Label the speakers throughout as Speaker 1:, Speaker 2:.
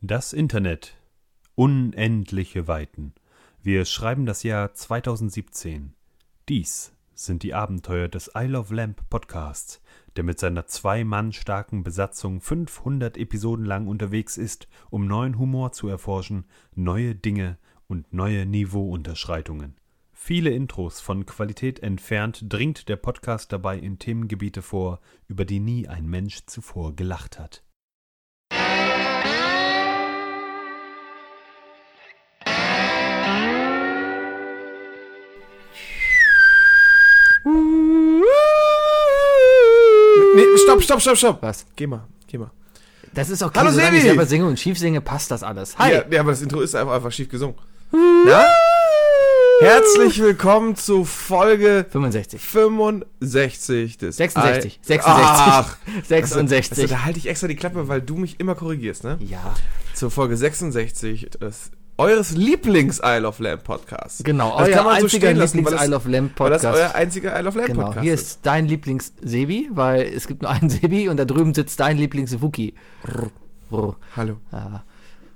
Speaker 1: Das Internet. Unendliche Weiten. Wir schreiben das Jahr 2017. Dies sind die Abenteuer des Isle of Lamp Podcasts, der mit seiner zwei Mann starken Besatzung 500 Episoden lang unterwegs ist, um neuen Humor zu erforschen, neue Dinge und neue Niveauunterschreitungen. Viele Intros von Qualität entfernt dringt der Podcast dabei in Themengebiete vor, über die nie ein Mensch zuvor gelacht hat.
Speaker 2: Nee, stopp, stopp, stopp, stopp.
Speaker 3: Was?
Speaker 2: Geh mal, geh mal.
Speaker 3: Das ist okay,
Speaker 2: Hallo,
Speaker 3: solange ich
Speaker 2: Sebi!
Speaker 3: selber singe und schief singe, passt das alles. Hi!
Speaker 2: Ja, ja, aber das Intro ist einfach, einfach schief gesungen. Na? Herzlich willkommen zu Folge
Speaker 3: 65,
Speaker 2: 65 des
Speaker 3: 66,
Speaker 2: Ei-
Speaker 3: 66,
Speaker 2: Ach, Also,
Speaker 3: 66.
Speaker 2: also, da halte ich extra die Klappe, weil du mich immer korrigierst, ne?
Speaker 3: ja,
Speaker 2: Zur Folge 66 des eures Lieblings Isle of Lamb Podcasts.
Speaker 3: genau.
Speaker 2: Das
Speaker 3: euer
Speaker 2: kann man so
Speaker 3: einziger
Speaker 2: stehen lassen, weil
Speaker 3: Lieblings
Speaker 2: das,
Speaker 3: Isle of Lamp
Speaker 2: weil das euer
Speaker 3: Podcast.
Speaker 2: einziger Isle of Lamb
Speaker 3: Genau,
Speaker 2: Podcast
Speaker 3: hier ist dein Lieblings-Sebi, weil es gibt nur einen Sebi und da drüben sitzt dein Lieblings-Wookie. Brr.
Speaker 2: Hallo.
Speaker 3: Ah.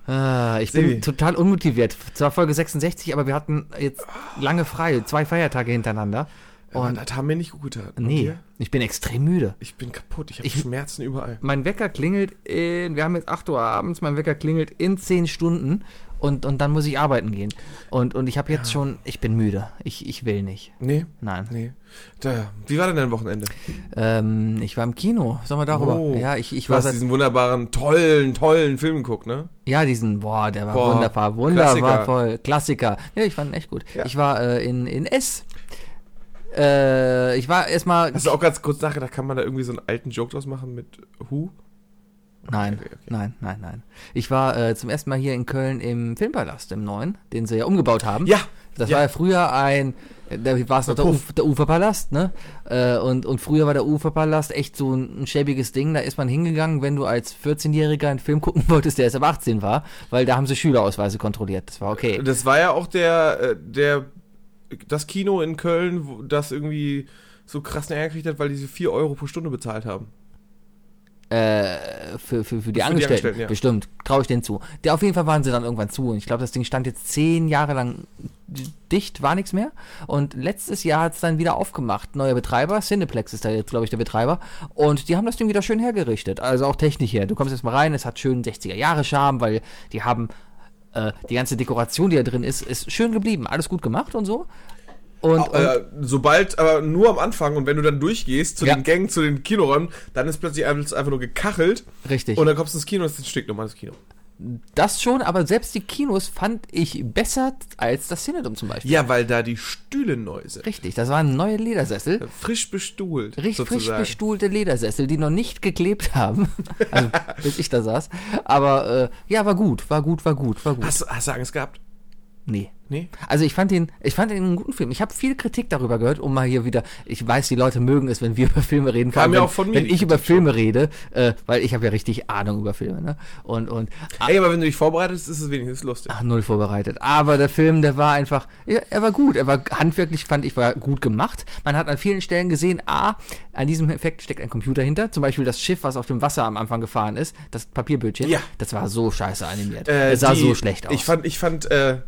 Speaker 3: Ah, ich
Speaker 2: Sebi.
Speaker 3: bin total unmotiviert. Zwar Folge 66, aber wir hatten jetzt lange frei, zwei Feiertage hintereinander.
Speaker 2: Und
Speaker 3: Und
Speaker 2: Ah, das haben wir nicht gut getan. Und
Speaker 3: nee,
Speaker 2: ihr?
Speaker 3: ich bin extrem müde.
Speaker 2: Ich bin kaputt, ich habe
Speaker 3: Ich-
Speaker 2: Schmerzen überall.
Speaker 3: mein Wecker klingelt in, wir haben jetzt 8 Uhr abends, mein Wecker klingelt in 10 Stunden und, und dann muss ich arbeiten gehen. Und, und ich habe jetzt schon, ich bin müde. Ich, ich will nicht.
Speaker 2: Nee,
Speaker 3: Nein.
Speaker 2: nee. Da, wie war denn dein Wochenende?
Speaker 3: Ähm, ich war im Kino, sollen wir darüber?
Speaker 2: Oh.
Speaker 3: Ja, ich, ich
Speaker 2: Du
Speaker 3: war
Speaker 2: hast
Speaker 3: seit,
Speaker 2: diesen wunderbaren, tollen, tollen Film geguckt, ne?
Speaker 3: ja, diesen, boah, der war
Speaker 2: Boah,
Speaker 3: wunderbar, wunderbar, voll, Klassiker. Ja, ich fand ihn echt gut.
Speaker 2: Ja.
Speaker 3: Ich war äh, in, in S. Äh, ich war erstmal,
Speaker 2: Hast du auch ganz kurz nachgedacht, kann man da irgendwie so einen alten Joke draus machen mit Who?
Speaker 3: nein,
Speaker 2: Okay, okay.
Speaker 3: nein, nein, nein. Ich war äh, zum ersten Mal hier in Köln im Filmpalast, im neuen, den sie ja umgebaut haben.
Speaker 2: Ja,
Speaker 3: Das
Speaker 2: Ja.
Speaker 3: war ja früher ein, da war es noch der,
Speaker 2: Puff.
Speaker 3: Uf, der Uferpalast, ne? Äh, Und, und früher war der Uferpalast echt so ein, ein schäbiges Ding. Da ist man hingegangen, wenn du als 14-Jähriger einen Film gucken wolltest, der erst ab 18 war, weil da haben sie Schülerausweise kontrolliert. Das war okay.
Speaker 2: das war ja auch der, äh, der, das Kino in Köln, wo das irgendwie so krass Ärger gekriegt hat, weil die so 4 Euro pro Stunde bezahlt haben.
Speaker 3: Äh, für, für, für die Angestellten.
Speaker 2: Angestellten, ja.
Speaker 3: Bestimmt. Traue ich denen zu. Der, auf jeden Fall waren sie dann irgendwann zu. Und ich glaube, das Ding stand jetzt zehn Jahre lang d- dicht, war nichts mehr. Und letztes Jahr hat es dann wieder aufgemacht. Neuer Betreiber. Cineplex ist da jetzt, glaube ich, der Betreiber. Und die haben das Ding wieder schön hergerichtet. Also auch technisch her. Du kommst jetzt mal rein, es hat schön 60er-Jahre-Charme, weil die haben. äh, Die ganze Dekoration, die da drin ist, ist schön geblieben. Alles gut gemacht und so. Und,
Speaker 2: Au- äh, sobald, aber nur am Anfang und wenn du dann durchgehst zu
Speaker 3: Ja.
Speaker 2: den Gängen, zu den Kinoräumen, dann ist plötzlich alles einfach nur gekachelt
Speaker 3: und richtig.
Speaker 2: und dann kommst du ins Kino und es ist ein stinknormales Kino.
Speaker 3: das schon, aber selbst die Kinos fand ich besser als das Cinedom zum Beispiel.
Speaker 2: Ja, weil da die Stühle neu sind.
Speaker 3: Richtig, das waren neue Ledersessel.
Speaker 2: Frisch bestuhlt.
Speaker 3: Richtig frisch
Speaker 2: sozusagen.
Speaker 3: bestuhlte Ledersessel, die noch nicht geklebt haben. Also, bis ich da saß. Aber äh, ja, war gut, war gut, war gut, war gut.
Speaker 2: Hast, hast du Angst gehabt?
Speaker 3: Nee.
Speaker 2: Nee?
Speaker 3: Also ich fand den, ich fand den einen guten Film. Ich habe viel Kritik darüber gehört, um mal hier wieder. Ich weiß, die Leute mögen es, wenn wir über Filme reden. vor
Speaker 2: Kam
Speaker 3: allem,
Speaker 2: ja
Speaker 3: wenn,
Speaker 2: auch von mir
Speaker 3: Wenn
Speaker 2: die
Speaker 3: ich über Filme rede, äh, weil ich habe ja richtig Ahnung über Filme, ne? Und und
Speaker 2: Ey, aber wenn du dich vorbereitest, ist es wenigstens lustig.
Speaker 3: Ach, null vorbereitet. Aber der Film, der war einfach, ja, er war gut. Er war handwerklich, fand ich, war gut gemacht. Man hat an vielen Stellen gesehen, ah, an diesem Effekt steckt ein Computer hinter. Zum Beispiel das Schiff, was auf dem Wasser am Anfang gefahren ist, das Papierbötchen.
Speaker 2: Ja.
Speaker 3: Das war so scheiße animiert.
Speaker 2: Äh,
Speaker 3: es sah
Speaker 2: die-
Speaker 3: so schlecht aus.
Speaker 2: Ich fand, ich fand äh,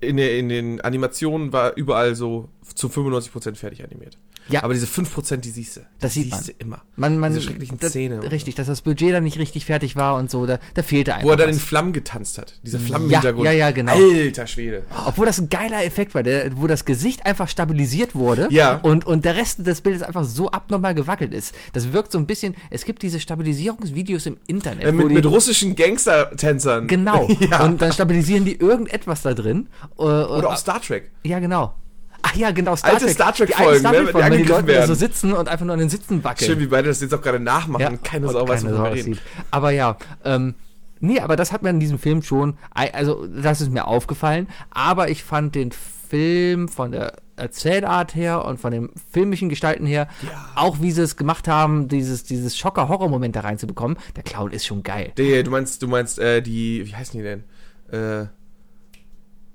Speaker 2: in, der, in den Animationen war überall so zu 95% fertig animiert.
Speaker 3: Ja.
Speaker 2: Aber diese 5%, die siehst du.
Speaker 3: Das
Speaker 2: Die
Speaker 3: sieht man.
Speaker 2: siehst du immer.
Speaker 3: man, man,
Speaker 2: diese schrecklichen
Speaker 3: das,
Speaker 2: Szene und so.
Speaker 3: Richtig, dass das Budget dann nicht richtig fertig war und so, da, da fehlte einfach
Speaker 2: Wo er dann in
Speaker 3: was.
Speaker 2: Flammen getanzt hat. Dieser
Speaker 3: Ja,
Speaker 2: Flammenhintergrund.
Speaker 3: ja, ja, genau.
Speaker 2: Alter Schwede.
Speaker 3: Obwohl das ein geiler Effekt war, der, wo das Gesicht einfach stabilisiert wurde
Speaker 2: Ja.
Speaker 3: und, und der Rest des Bildes einfach so abnormal gewackelt ist. Das wirkt so ein bisschen, es gibt diese Stabilisierungsvideos im Internet.
Speaker 2: Äh,
Speaker 3: wo
Speaker 2: mit,
Speaker 3: die,
Speaker 2: mit russischen Gangster-Tänzern.
Speaker 3: genau.
Speaker 2: ja.
Speaker 3: Und dann stabilisieren die irgendetwas da drin. Äh,
Speaker 2: Oder auch Star Trek.
Speaker 3: ja, genau. Ach ja, genau, Star
Speaker 2: Alte Star
Speaker 3: Die alten
Speaker 2: Trek-Folgen,
Speaker 3: Star
Speaker 2: ne,
Speaker 3: Trek
Speaker 2: wenn die
Speaker 3: Folgen, wenn die
Speaker 2: angegriffen
Speaker 3: Leute da so
Speaker 2: werden.
Speaker 3: sitzen und einfach nur an den Sitzen wackeln.
Speaker 2: Schön, wie beide das jetzt auch gerade nachmachen. keine
Speaker 3: und
Speaker 2: Sau weiß,
Speaker 3: keine
Speaker 2: worüber
Speaker 3: Sau
Speaker 2: wir reden.
Speaker 3: aussieht. Aber ja, ähm, nee, aber das hat mir in diesem Film schon, ei- also das ist mir aufgefallen, aber ich fand den Film von der Erzählart her und von den filmischen Gestalten her, auch wie sie es gemacht haben, dieses, dieses Schocker-Horror-Moment da reinzubekommen, der Clown ist schon geil.
Speaker 2: Die, du meinst, du meinst, äh, die, wie heißen die denn? Äh,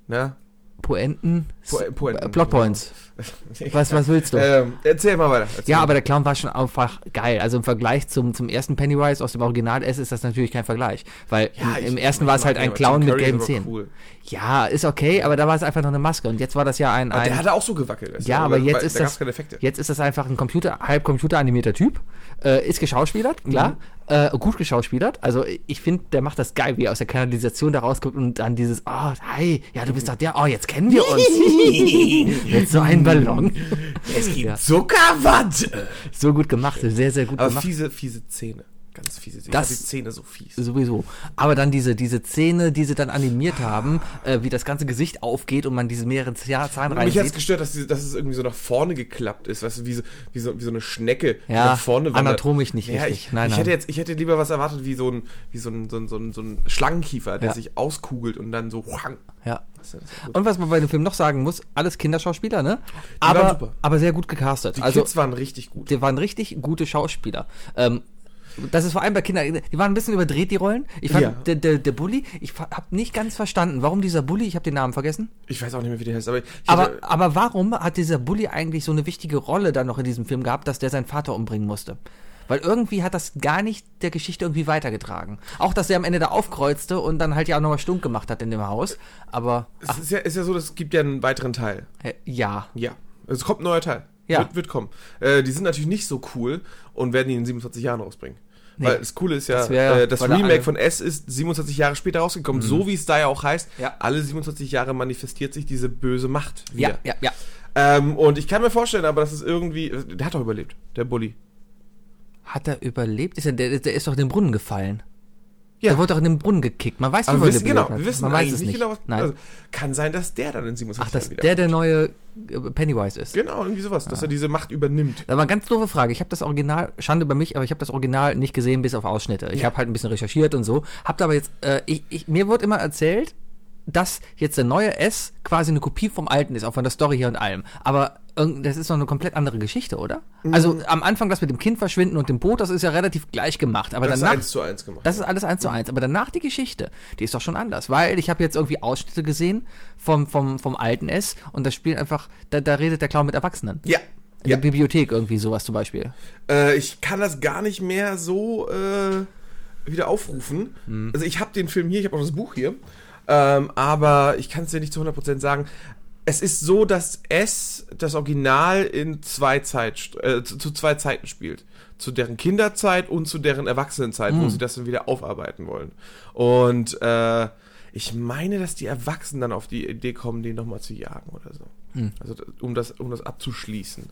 Speaker 2: na?
Speaker 3: Poenten,
Speaker 2: Po- Pointen.
Speaker 3: äh, Plotpoints. Was, was willst du?
Speaker 2: Ähm, erzähl mal weiter. Erzähl
Speaker 3: ja,
Speaker 2: mal.
Speaker 3: aber der Clown war schon einfach geil. Also im Vergleich zum, zum ersten Pennywise aus dem Original S ist das natürlich kein Vergleich. Weil
Speaker 2: Ja,
Speaker 3: im,
Speaker 2: ich-
Speaker 3: im ersten war es
Speaker 2: ich
Speaker 3: halt
Speaker 2: mag den,
Speaker 3: ein
Speaker 2: aber
Speaker 3: Clown
Speaker 2: Jim
Speaker 3: mit
Speaker 2: Carrey
Speaker 3: gelben
Speaker 2: ist aber
Speaker 3: Zähnen.
Speaker 2: cool.
Speaker 3: Ja, ist okay, aber da war es einfach noch eine Maske. Und jetzt war das ja ein.
Speaker 2: Aber Ah, der
Speaker 3: ein
Speaker 2: hat auch so gewackelt. also,
Speaker 3: ja, aber
Speaker 2: da-
Speaker 3: jetzt
Speaker 2: da
Speaker 3: ist
Speaker 2: gab's
Speaker 3: das
Speaker 2: keine Effekte.
Speaker 3: jetzt ist das einfach ein Computer, halb computeranimierter Typ. Äh, ist geschauspielert, klar.
Speaker 2: Mhm.
Speaker 3: Äh, gut geschauspielert. Also ich finde, der macht das geil, wie er aus der Kanalisation da rauskommt und dann dieses, oh, hi, ja, du bist doch der, oh, jetzt kennen wir uns. jetzt so ein Ballon. Es gibt
Speaker 2: Zuckerwatte!
Speaker 3: so gut gemacht, sehr, sehr gut
Speaker 2: Aber
Speaker 3: gemacht.
Speaker 2: fiese, fiese Zähne. Ganz fiese Zähne.
Speaker 3: Das-
Speaker 2: Ich fand die Zähne so fies.
Speaker 3: Sowieso. Aber dann diese, diese Szene, die sie dann animiert haben, äh, wie das ganze Gesicht aufgeht und man diese mehreren Zah- Zahnreihen
Speaker 2: Mich hat es
Speaker 3: sieht.
Speaker 2: gestört, dass, diese, dass es irgendwie so nach vorne geklappt ist, weißt du, wie so, wie so, wie so eine Schnecke die
Speaker 3: Ja,
Speaker 2: nach vorne wandert.
Speaker 3: anatomisch nicht
Speaker 2: ja,
Speaker 3: richtig.
Speaker 2: Ich,
Speaker 3: Nein,
Speaker 2: ich,
Speaker 3: nein.
Speaker 2: Hätte jetzt, ich hätte lieber was erwartet, wie so ein, wie so ein, so ein, so ein, so ein Schlangenkiefer, der
Speaker 3: Ja.
Speaker 2: sich auskugelt und dann so whang.
Speaker 3: Ja.
Speaker 2: Das ist ja gut.
Speaker 3: Und was man bei dem Film noch sagen muss, alles Kinderschauspieler, ne?
Speaker 2: waren
Speaker 3: Aber,
Speaker 2: super.
Speaker 3: aber sehr gut gecastet.
Speaker 2: Die
Speaker 3: also,
Speaker 2: Kids waren richtig gut.
Speaker 3: die waren richtig gute Schauspieler. Ähm, das ist vor allem bei Kindern, die waren ein bisschen überdreht, die Rollen. Ich fand,
Speaker 2: Ja.
Speaker 3: der, der, der Bulli, ich habe nicht ganz verstanden, warum dieser Bulli, ich habe den Namen vergessen,
Speaker 2: Ich weiß auch nicht mehr, wie der heißt, aber ich
Speaker 3: aber,
Speaker 2: hätte-
Speaker 3: aber warum hat dieser Bulli eigentlich so eine wichtige Rolle dann noch in diesem Film gehabt, dass der seinen Vater umbringen musste? Weil irgendwie hat das gar nicht der Geschichte irgendwie weitergetragen. Auch, dass er am Ende da aufkreuzte und dann halt ja auch nochmal stumm gemacht hat in dem Haus. Aber
Speaker 2: es ist ja, ist ja so, es gibt ja einen weiteren Teil.
Speaker 3: äh, ja,
Speaker 2: Ja. Es kommt ein neuer Teil.
Speaker 3: Ja.
Speaker 2: Wird, wird kommen. Äh, die sind natürlich nicht so cool und werden die in 27 Jahren rausbringen. Weil das Coole ist ja,
Speaker 3: Das wär-
Speaker 2: äh, das
Speaker 3: weil da
Speaker 2: Remake
Speaker 3: alle-
Speaker 2: von S ist 27 Jahre später rausgekommen, so wie es da ja auch heißt.
Speaker 3: Ja.
Speaker 2: Alle 27 Jahre manifestiert sich diese böse Macht
Speaker 3: ja,
Speaker 2: wieder.
Speaker 3: ja, ja.
Speaker 2: Ähm, und ich kann mir vorstellen, aber das ist irgendwie. Der hat doch überlebt, der Bully.
Speaker 3: Hat er überlebt? Ist er, der, der ist doch in den Brunnen gefallen.
Speaker 2: Ja.
Speaker 3: Der wurde doch in den Brunnen gekickt. Man weiß,
Speaker 2: Aber wir
Speaker 3: er
Speaker 2: wissen, genau,
Speaker 3: überlebt hat.
Speaker 2: wir wissen
Speaker 3: Man weiß
Speaker 2: eigentlich
Speaker 3: es
Speaker 2: nicht genau, was.
Speaker 3: Nein.
Speaker 2: Also, kann sein, dass der dann in 27
Speaker 3: Ach, dass
Speaker 2: Jahren wieder.
Speaker 3: der Ah. der neue äh, Pennywise ist.
Speaker 2: genau, irgendwie sowas, dass er diese Macht übernimmt.
Speaker 3: Aber ganz doofe Frage. Ich habe das Original, Schande bei mich, aber ich habe das Original nicht gesehen, bis auf Ausschnitte. Ich habe halt ein bisschen recherchiert und so. Habt aber jetzt, äh, ich, ich, mir wurde immer erzählt, dass jetzt der neue S quasi eine Kopie vom alten ist, auch von der Story hier und allem. Aber irgend- das ist doch eine komplett andere Geschichte, oder?
Speaker 2: Mhm.
Speaker 3: Also am Anfang das mit dem Kind verschwinden und dem Boot, das ist ja relativ gleich gemacht. Aber
Speaker 2: Das ist
Speaker 3: danach.
Speaker 2: eins zu eins gemacht.
Speaker 3: Das ist alles eins zu eins. Aber danach die Geschichte, die ist doch schon anders. Weil ich habe jetzt irgendwie Ausschnitte gesehen vom, vom, vom alten S und das spielt einfach, da, da redet der Clown mit Erwachsenen.
Speaker 2: ja.
Speaker 3: In der Bibliothek irgendwie sowas zum Beispiel.
Speaker 2: Äh, ich kann das gar nicht mehr so äh, wieder aufrufen.
Speaker 3: Hm.
Speaker 2: Also ich habe den Film hier, ich habe auch das Buch hier, ähm, aber ich kann es dir nicht zu 100% sagen. Es ist so, dass es das Original in zwei Zeit, äh, zu, zu zwei Zeiten spielt. Zu deren Kinderzeit und zu deren Erwachsenenzeit,
Speaker 3: Hm.
Speaker 2: wo sie das dann wieder aufarbeiten wollen. Und äh, ich meine, dass die Erwachsenen dann auf die Idee kommen, den nochmal zu jagen oder so.
Speaker 3: Hm.
Speaker 2: Also um das, um das abzuschließen.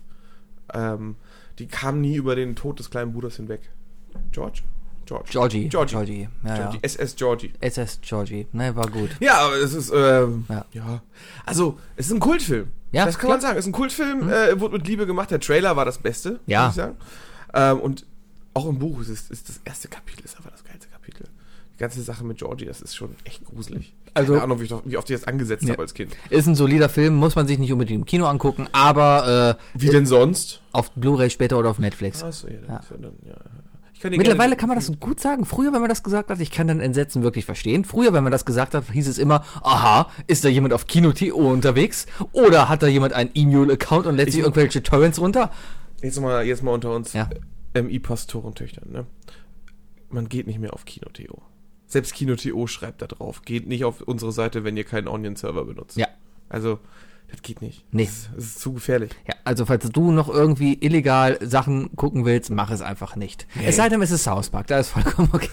Speaker 2: Ähm, die kam nie über den Tod des kleinen Bruders hinweg. George? George.
Speaker 3: Georgie.
Speaker 2: Georgie.
Speaker 3: Georgie. Ja,
Speaker 2: Georgie.
Speaker 3: ja.
Speaker 2: SS Georgie.
Speaker 3: SS Georgie. Ne, war gut.
Speaker 2: Ja, aber es ist, ähm,
Speaker 3: Ja.
Speaker 2: ja. Also, es ist ein Kultfilm.
Speaker 3: Ja,
Speaker 2: das kann
Speaker 3: klar. Hm.
Speaker 2: man sagen. Es ist ein Kultfilm, äh, wurde mit Liebe gemacht. Der Trailer war das Beste,
Speaker 3: Ja.
Speaker 2: muss ich sagen. Ähm, und auch im Buch ist, es- ist das erste Kapitel, ist einfach das geilste Kapitel. Die ganze Sache mit Georgie, das ist schon echt gruselig.
Speaker 3: Also-
Speaker 2: Keine Ahnung, wie, ich doch- wie oft ich das angesetzt
Speaker 3: Ja.
Speaker 2: habe als Kind.
Speaker 3: Ist ein solider Film, muss man sich nicht unbedingt im Kino angucken, aber äh,
Speaker 2: Wie denn sonst?
Speaker 3: auf Blu-ray später oder auf Netflix.
Speaker 2: Achso, ja,
Speaker 3: Ja.
Speaker 2: dann, dann, ja. Ich kann dir
Speaker 3: Mittlerweile
Speaker 2: gerne-
Speaker 3: kann man das so gut sagen. Früher, wenn man das gesagt hat, ich kann dein Entsetzen wirklich verstehen. Früher, wenn man das gesagt hat, hieß es immer, aha, ist da jemand auf Kino.to unterwegs? Oder hat da jemand einen E-Mail-Account und lädt sich irgendwelche Torrents runter?
Speaker 2: Jetzt mal, jetzt mal unter uns
Speaker 3: Ja.
Speaker 2: ähm, I-Pastorentöchtern, ne? Man geht nicht mehr auf Kino.to. Selbst Kino.to schreibt da drauf. Geht nicht auf unsere Seite, wenn ihr keinen Onion-Server benutzt.
Speaker 3: Ja.
Speaker 2: Also, das geht nicht.
Speaker 3: Nee.
Speaker 2: Das, ist- das ist zu gefährlich.
Speaker 3: Ja, also falls du noch irgendwie illegal Sachen gucken willst, mach es einfach nicht. Es sei denn, es ist South Park, da ist vollkommen okay.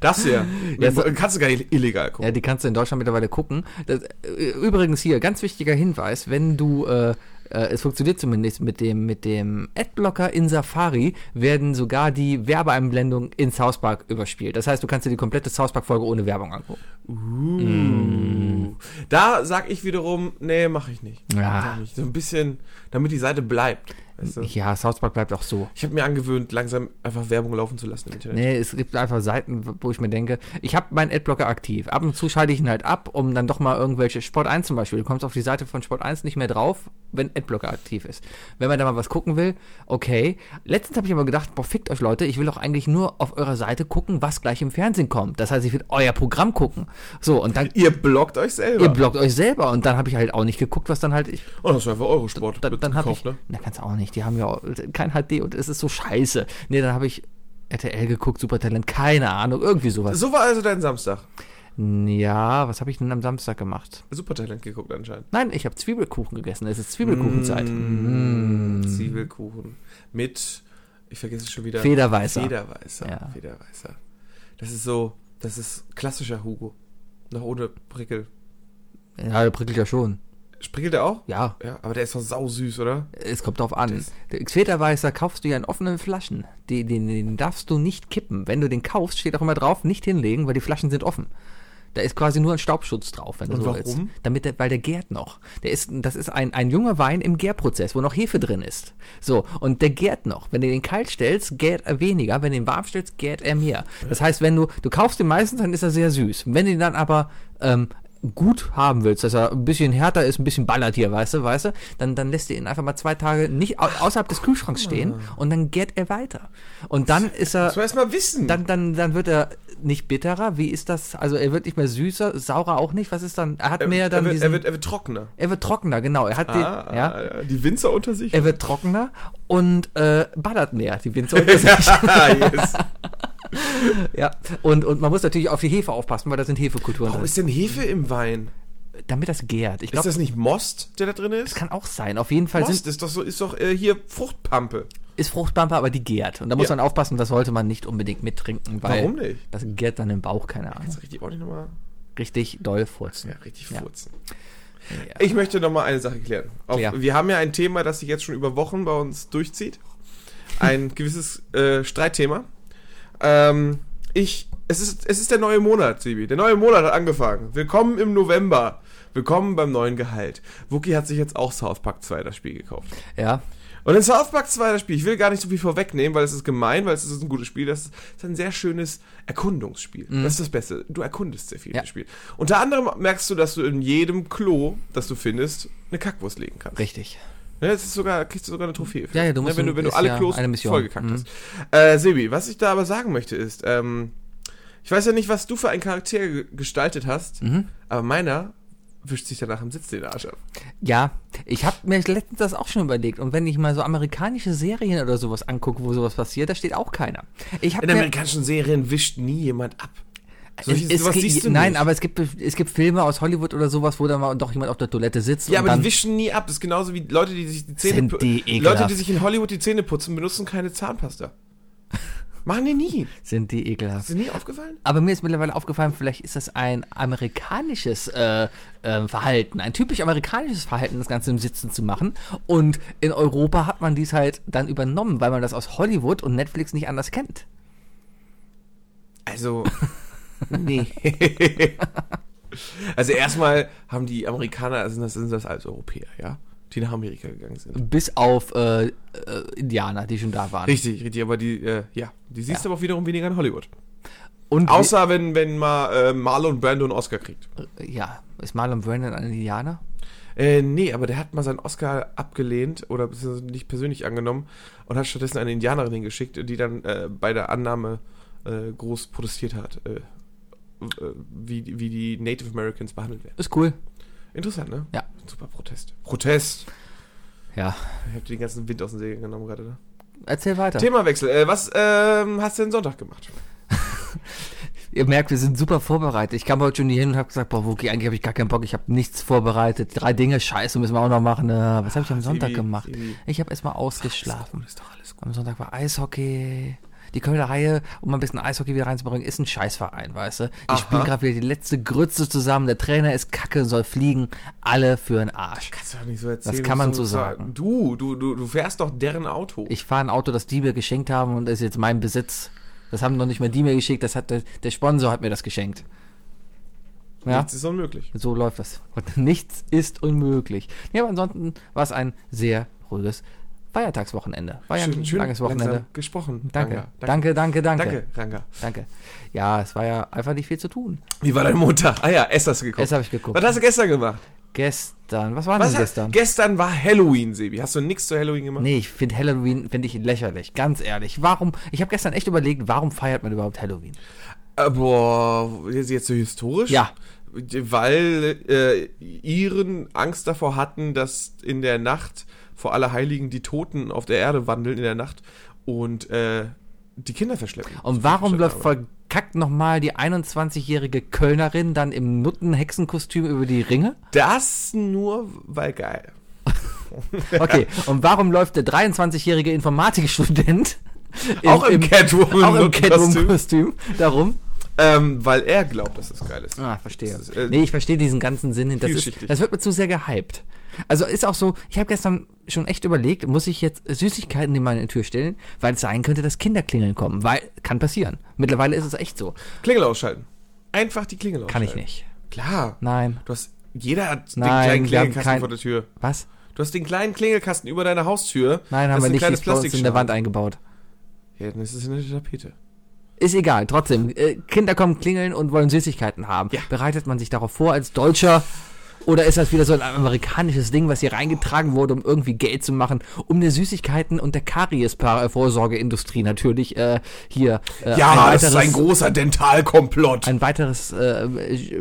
Speaker 2: Das hier.
Speaker 3: Ja, so-
Speaker 2: kannst du gar nicht illegal gucken.
Speaker 3: Ja, die kannst du in Deutschland mittlerweile gucken. Das, äh, übrigens hier, ganz wichtiger Hinweis, wenn du, äh, äh, es funktioniert zumindest mit dem, mit dem Adblocker in Safari, werden sogar die Werbeeinblendungen in South Park überspielt. Das heißt, du kannst dir die komplette South Park-Folge ohne Werbung angucken.
Speaker 2: Uh. Da sag ich wiederum, nee, mache ich nicht.
Speaker 3: Mm. Ja.
Speaker 2: Mach ich nicht. So ein bisschen, damit die Seite bleibt. Weißt du?
Speaker 3: Ja, South Park bleibt auch so.
Speaker 2: Ich habe mir angewöhnt, langsam einfach Werbung laufen zu lassen im Internet.
Speaker 3: Nee, es gibt einfach Seiten, wo ich mir denke, ich habe meinen Adblocker aktiv. Ab und zu schalte ich ihn halt ab, um dann doch mal irgendwelche Sport 1 zum Beispiel. Du kommst auf die Seite von Sport 1 nicht mehr drauf, wenn Adblocker aktiv ist. Wenn man da mal was gucken will, okay. Letztens habe ich aber gedacht, boah, fickt euch Leute, ich will doch eigentlich nur auf eurer Seite gucken, was gleich im Fernsehen kommt. Das heißt, ich will euer Programm gucken. So, und dann.
Speaker 2: Ihr blockt euch selber.
Speaker 3: Ihr blockt euch selber und dann habe ich halt auch nicht geguckt, was dann halt ich
Speaker 2: oh, das war einfach Eurosport.
Speaker 3: dann,
Speaker 2: mit
Speaker 3: dann habe
Speaker 2: gekauft, ne?
Speaker 3: ich, na kannst du auch nicht, die haben ja auch kein HD und es ist so scheiße. Nee, dann habe ich RTL geguckt, Supertalent, keine Ahnung, irgendwie sowas.
Speaker 2: So war also dein Samstag.
Speaker 3: Ja, was habe ich denn am Samstag gemacht?
Speaker 2: Supertalent geguckt anscheinend.
Speaker 3: Nein, ich habe Zwiebelkuchen gegessen, es ist Zwiebelkuchenzeit.
Speaker 2: Mm.
Speaker 3: Mm.
Speaker 2: Zwiebelkuchen. Mit, ich vergesse es schon wieder.
Speaker 3: Federweißer.
Speaker 2: Federweißer.
Speaker 3: Ja.
Speaker 2: Federweißer. Das ist so, das ist klassischer Hugo. Noch ohne Prickel.
Speaker 3: Ja, der prickelt ja schon.
Speaker 2: Sprickelt er auch?
Speaker 3: Ja,
Speaker 2: Ja, aber der ist doch sausüß, oder?
Speaker 3: es kommt drauf an.
Speaker 2: Das-
Speaker 3: Der Xeterweißer kaufst du ja in offenen Flaschen. Den, den, den darfst du nicht kippen. Wenn du den kaufst, steht auch immer drauf, nicht hinlegen, weil die Flaschen sind offen. Da ist quasi nur ein Staubschutz drauf, wenn du
Speaker 2: Und
Speaker 3: so
Speaker 2: warum?
Speaker 3: willst. Damit der, weil der gärt noch. Der ist, das ist ein, ein junger Wein im Gärprozess, wo noch Hefe drin ist. So, und der gärt noch. Wenn du den kalt stellst, gärt er weniger. Wenn du ihn warm stellst, gärt er mehr. Das heißt, wenn du, du kaufst den meistens, dann ist er sehr süß. Wenn du ihn dann aber ähm, gut haben willst, dass er ein bisschen härter ist, ein bisschen ballert hier, weißt du, weißt du, dann, dann lässt du ihn einfach mal zwei Tage nicht au- außerhalb des Kühlschranks stehen
Speaker 2: Ah.
Speaker 3: und dann gärt er weiter. Und dann ist er
Speaker 2: Muss man erst mal wissen.
Speaker 3: dann, dann, dann wird er nicht bitterer. Wie ist das? Also er wird nicht mehr süßer, saurer auch nicht. Was ist dann? Er hat
Speaker 2: er,
Speaker 3: mehr dann
Speaker 2: er, wird,
Speaker 3: diesen.
Speaker 2: er, wird, er wird trockener.
Speaker 3: trockener, genau. Er hat den,
Speaker 2: Ah,
Speaker 3: ja.
Speaker 2: Die Winzer unter sich?
Speaker 3: Er wird trockener und äh, ballert mehr. Die Winzer unter sich.
Speaker 2: ah, yes.
Speaker 3: ja. Und, und man muss natürlich auf die Hefe aufpassen, weil da sind Hefekulturen
Speaker 2: Warum
Speaker 3: drin.
Speaker 2: ist denn Hefe im Wein?
Speaker 3: Damit das gärt. Ich
Speaker 2: Ist
Speaker 3: glaube,
Speaker 2: das nicht Most, der da drin
Speaker 3: das
Speaker 2: ist?
Speaker 3: kann halt auch sein. Auf jeden Fall
Speaker 2: Most
Speaker 3: sind,
Speaker 2: ist doch so, ist doch äh, hier Fruchtpampe.
Speaker 3: ist Fruchtbampe, aber die gärt. Und da muss
Speaker 2: Ja.
Speaker 3: man aufpassen, das sollte man nicht unbedingt mittrinken, weil
Speaker 2: Warum nicht?
Speaker 3: das gärt dann im Bauch, keine Ahnung.
Speaker 2: Kannst du richtig ordentlich nochmal
Speaker 3: Richtig doll furzen.
Speaker 2: ja, richtig
Speaker 3: Ja.
Speaker 2: furzen.
Speaker 3: Ja.
Speaker 2: Ich möchte nochmal eine Sache klären. Auf,
Speaker 3: Klär.
Speaker 2: Wir haben ja ein Thema, das sich jetzt schon über Wochen bei uns durchzieht. Ein gewisses äh, Streitthema. Ähm, ich, es ist, es ist der neue Monat, Sibi. Der neue Monat hat angefangen. Willkommen im November. Willkommen beim neuen Gehalt. Wookie hat sich jetzt auch South Park 2 das Spiel gekauft.
Speaker 3: ja.
Speaker 2: Und in South Park 2 das Spiel, ich will gar nicht so viel vorwegnehmen, weil es ist gemein, weil es ist ein gutes Spiel. Das ist, ist ein sehr schönes Erkundungsspiel. Das ist das Beste. Du erkundest sehr viel
Speaker 3: Mhm. Ja.
Speaker 2: im Spiel. Unter anderem merkst du, dass du in jedem Klo, das du findest, eine Kackwurst legen kannst.
Speaker 3: Richtig.
Speaker 2: Ne, das ist sogar, kriegst du sogar eine Trophäe. für.
Speaker 3: Ja, ja, du
Speaker 2: Ne,
Speaker 3: musst
Speaker 2: wenn du,
Speaker 3: ein-
Speaker 2: wenn du
Speaker 3: ist
Speaker 2: alle
Speaker 3: ja
Speaker 2: Klos
Speaker 3: eine Mission.
Speaker 2: vollgekackt
Speaker 3: Mhm.
Speaker 2: hast. Äh, Sebi, was ich da aber sagen möchte ist, ähm, ich weiß ja nicht, was du für einen Charakter ge- gestaltet hast,
Speaker 3: Mhm.
Speaker 2: aber meiner wischt sich danach im Sitz den Arsch ab.
Speaker 3: Ja, ich habe mir letztens das auch schon überlegt. Und wenn ich mal so amerikanische Serien oder sowas angucke, wo sowas passiert, da steht auch keiner. Ich habe
Speaker 2: In
Speaker 3: mir
Speaker 2: amerikanischen Serien wischt nie jemand ab. Solche-
Speaker 3: es, es,
Speaker 2: sowas siehst du
Speaker 3: ge- nein,
Speaker 2: nicht.
Speaker 3: aber es gibt es gibt Filme aus Hollywood oder sowas, wo dann mal doch jemand auf der Toilette sitzt und
Speaker 2: Ja, aber
Speaker 3: dann
Speaker 2: die wischen nie ab. Das ist genauso wie Leute, die sich die Zähne
Speaker 3: Sind die
Speaker 2: pu- Leute,
Speaker 3: ekelhaft.
Speaker 2: die sich in Hollywood die Zähne putzen, benutzen keine Zahnpasta. Machen die nie.
Speaker 3: sind die
Speaker 2: Ist
Speaker 3: ekelhaft.
Speaker 2: dir nie aufgefallen?
Speaker 3: Aber mir ist mittlerweile aufgefallen, vielleicht ist das ein amerikanisches äh, ähm, Verhalten, ein typisch amerikanisches Verhalten, das Ganze im Sitzen zu machen. Und in Europa hat man dies halt dann übernommen, weil man das aus Hollywood und Netflix nicht anders kennt.
Speaker 2: Also. nee. also erstmal haben die Amerikaner, sind das, sind das als Europäer, ja? Die nach Amerika gegangen sind.
Speaker 3: Bis auf äh, äh, Indianer, die schon da waren.
Speaker 2: Richtig, richtig, aber die, äh, ja, die siehst du aber auch wiederum weniger in Hollywood.
Speaker 3: Und
Speaker 2: Außer wenn, wenn mal äh, Marlon Brando einen Oscar kriegt.
Speaker 3: Ja, ist Marlon Brandon ein Indianer?
Speaker 2: Äh, nee, aber der hat mal seinen Oscar abgelehnt oder beziehungsweise nicht persönlich angenommen und hat stattdessen eine Indianerin hingeschickt, die dann äh, bei der Annahme äh, groß protestiert hat, äh, äh, wie, wie die Native Americans behandelt werden.
Speaker 3: Ist cool.
Speaker 2: Interessant, ne?
Speaker 3: Ja.
Speaker 2: Super Protest. Protest!
Speaker 3: Ja.
Speaker 2: Ich hab dir den ganzen Wind aus den Segeln genommen gerade, ne?
Speaker 3: Erzähl weiter.
Speaker 2: Themawechsel. Äh, was ähm, hast du denn Sonntag gemacht?
Speaker 3: Ihr merkt, wir sind super vorbereitet. Ich kam heute schon hier hin und habe gesagt, boah, Wookie, eigentlich habe ich gar keinen Bock, ich habe nichts vorbereitet. Drei Dinge, scheiße, müssen wir auch noch machen. Äh, was habe ich am Sonntag
Speaker 2: Sebi,
Speaker 3: gemacht?
Speaker 2: Sebi.
Speaker 3: Ich habe erstmal ausgeschlafen. Am Sonntag war Eishockey. Die Kölner Haie, um ein bisschen Eishockey wieder reinzubringen, ist ein Scheißverein, weißt du? Die spielen gerade wieder die letzte Grütze zusammen. Der Trainer ist kacke, soll fliegen. Alle für den Arsch.
Speaker 2: Kannst du doch nicht so erzählen.
Speaker 3: Das kann man so sagen.
Speaker 2: Du, du, du, du fährst doch deren Auto.
Speaker 3: ich fahre ein Auto, das die mir geschenkt haben und das ist jetzt mein Besitz. Das haben noch nicht mal die mir geschickt, das hat der, der Sponsor hat mir das geschenkt. Ja,
Speaker 2: Nichts ist unmöglich.
Speaker 3: so läuft das. Und nichts ist unmöglich. Ja, aber ansonsten war es ein sehr ruhiges Feiertagswochenende. War ja ein
Speaker 2: schön, schön
Speaker 3: langes Wochenende.
Speaker 2: langsam gesprochen.
Speaker 3: Danke.
Speaker 2: Ranga.
Speaker 3: Danke, danke, danke,
Speaker 2: Danke,
Speaker 3: danke.
Speaker 2: Ranga.
Speaker 3: Ja, es war ja einfach nicht viel zu tun.
Speaker 2: Wie war dein Montag? Ah ja, S hast du geguckt.
Speaker 3: Das habe ich geguckt.
Speaker 2: Was hast du gestern gemacht?
Speaker 3: Gestern. Was war
Speaker 2: Was
Speaker 3: denn
Speaker 2: hast-
Speaker 3: gestern?
Speaker 2: Gestern war Halloween, Sebi. Hast du nichts zu Halloween gemacht?
Speaker 3: Nee, ich finde Halloween finde ich lächerlich, ganz ehrlich. Warum? Ich habe gestern echt überlegt, warum feiert man überhaupt Halloween?
Speaker 2: Äh, boah, jetzt, jetzt so historisch?
Speaker 3: Ja.
Speaker 2: Weil äh, Iren Angst davor hatten, dass in der Nacht vor Allerheiligen die Toten auf der Erde wandeln in der Nacht und äh, die Kinder verschleppen.
Speaker 3: Und warum läuft verkackt nochmal die 21-jährige Kölnerin dann im Nutten-Hexenkostüm über die Ringe?
Speaker 2: Das nur, weil geil.
Speaker 3: Okay, und warum läuft der 23-jährige Informatikstudent im-
Speaker 2: Auch im,
Speaker 3: auch im
Speaker 2: Catwoman-Kostüm.
Speaker 3: Catwoman-Kostüm darum?
Speaker 2: Ähm, weil er glaubt, dass es geil ist.
Speaker 3: Ah, verstehe.
Speaker 2: Das ist, äh,
Speaker 3: nee, ich verstehe diesen ganzen Sinn. hin. Das, ist,
Speaker 2: vielschichtig.
Speaker 3: das wird mir zu sehr gehypt. Also ist auch so, ich habe gestern schon echt überlegt, muss ich jetzt Süßigkeiten in meine Tür stellen, weil es sein könnte, dass Kinder klingeln kommen. Weil, kann passieren. Mittlerweile ist es echt so.
Speaker 2: Klingel ausschalten. Einfach die Klingel ausschalten.
Speaker 3: Kann ich nicht.
Speaker 2: Klar.
Speaker 3: Nein.
Speaker 2: Du hast, jeder hat
Speaker 3: Nein,
Speaker 2: den kleinen
Speaker 3: wir haben
Speaker 2: Klingelkasten
Speaker 3: kein-
Speaker 2: vor der Tür.
Speaker 3: Was?
Speaker 2: Du hast den kleinen Klingelkasten über deiner Haustür.
Speaker 3: Nein, haben
Speaker 2: Das
Speaker 3: wir
Speaker 2: ist ein
Speaker 3: nicht. Die
Speaker 2: kleines
Speaker 3: ist bei uns in der
Speaker 2: Plastikschal.
Speaker 3: Wand eingebaut.
Speaker 2: Ja, dann ist es in der Tapete.
Speaker 3: Ist egal, trotzdem. Äh, Kinder kommen klingeln und wollen Süßigkeiten haben.
Speaker 2: Ja.
Speaker 3: Bereitet man sich darauf vor als Deutscher? Oder ist das wieder so ein amerikanisches Ding, was hier reingetragen wurde, um irgendwie Geld zu machen, um der Süßigkeiten- und der Karies-Vorsorgeindustrie natürlich äh, hier äh,
Speaker 2: großer Dentalkomplott.
Speaker 3: ein weiteres äh,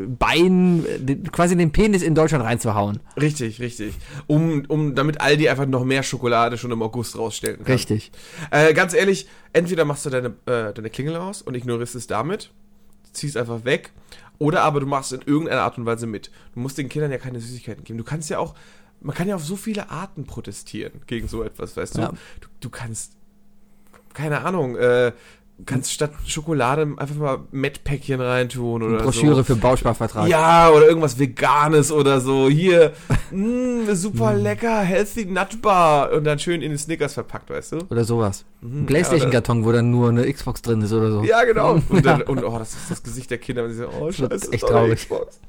Speaker 3: Bein, äh, den- quasi den Penis in Deutschland reinzuhauen.
Speaker 2: Richtig, richtig. Um, um, damit Aldi einfach noch mehr Schokolade schon im August rausstellen kann.
Speaker 3: Richtig.
Speaker 2: Äh, ganz ehrlich, entweder machst du deine, äh, deine Klingel aus und ignorierst es damit, ziehst einfach weg, oder aber du machst in irgendeiner Art und Weise mit. Du musst den Kindern ja keine Süßigkeiten geben. Du kannst ja auch, man kann ja auf so viele Arten protestieren gegen so etwas, weißt
Speaker 3: Ja.
Speaker 2: du? du? Du kannst, keine Ahnung, äh, kannst statt Schokolade einfach mal Mettpäckchen reintun oder
Speaker 3: Broschüre
Speaker 2: so.
Speaker 3: für Bausparvertrag.
Speaker 2: Ja, oder irgendwas Veganes oder so. Hier, mh, super
Speaker 3: Mm.
Speaker 2: lecker, healthy Nut Bar. Und dann schön in den Snickers verpackt, weißt du?
Speaker 3: Oder sowas. Ein
Speaker 2: ja,
Speaker 3: Playstation-Karton, wo dann nur eine Xbox drin ist oder so.
Speaker 2: Mhm. Ja, genau. Und, dann, und oh, das ist das Gesicht der Kinder, wenn sie sagen, oh,
Speaker 3: Das wird
Speaker 2: scheiße,
Speaker 3: echt
Speaker 2: sorry,
Speaker 3: traurig.
Speaker 2: Xbox.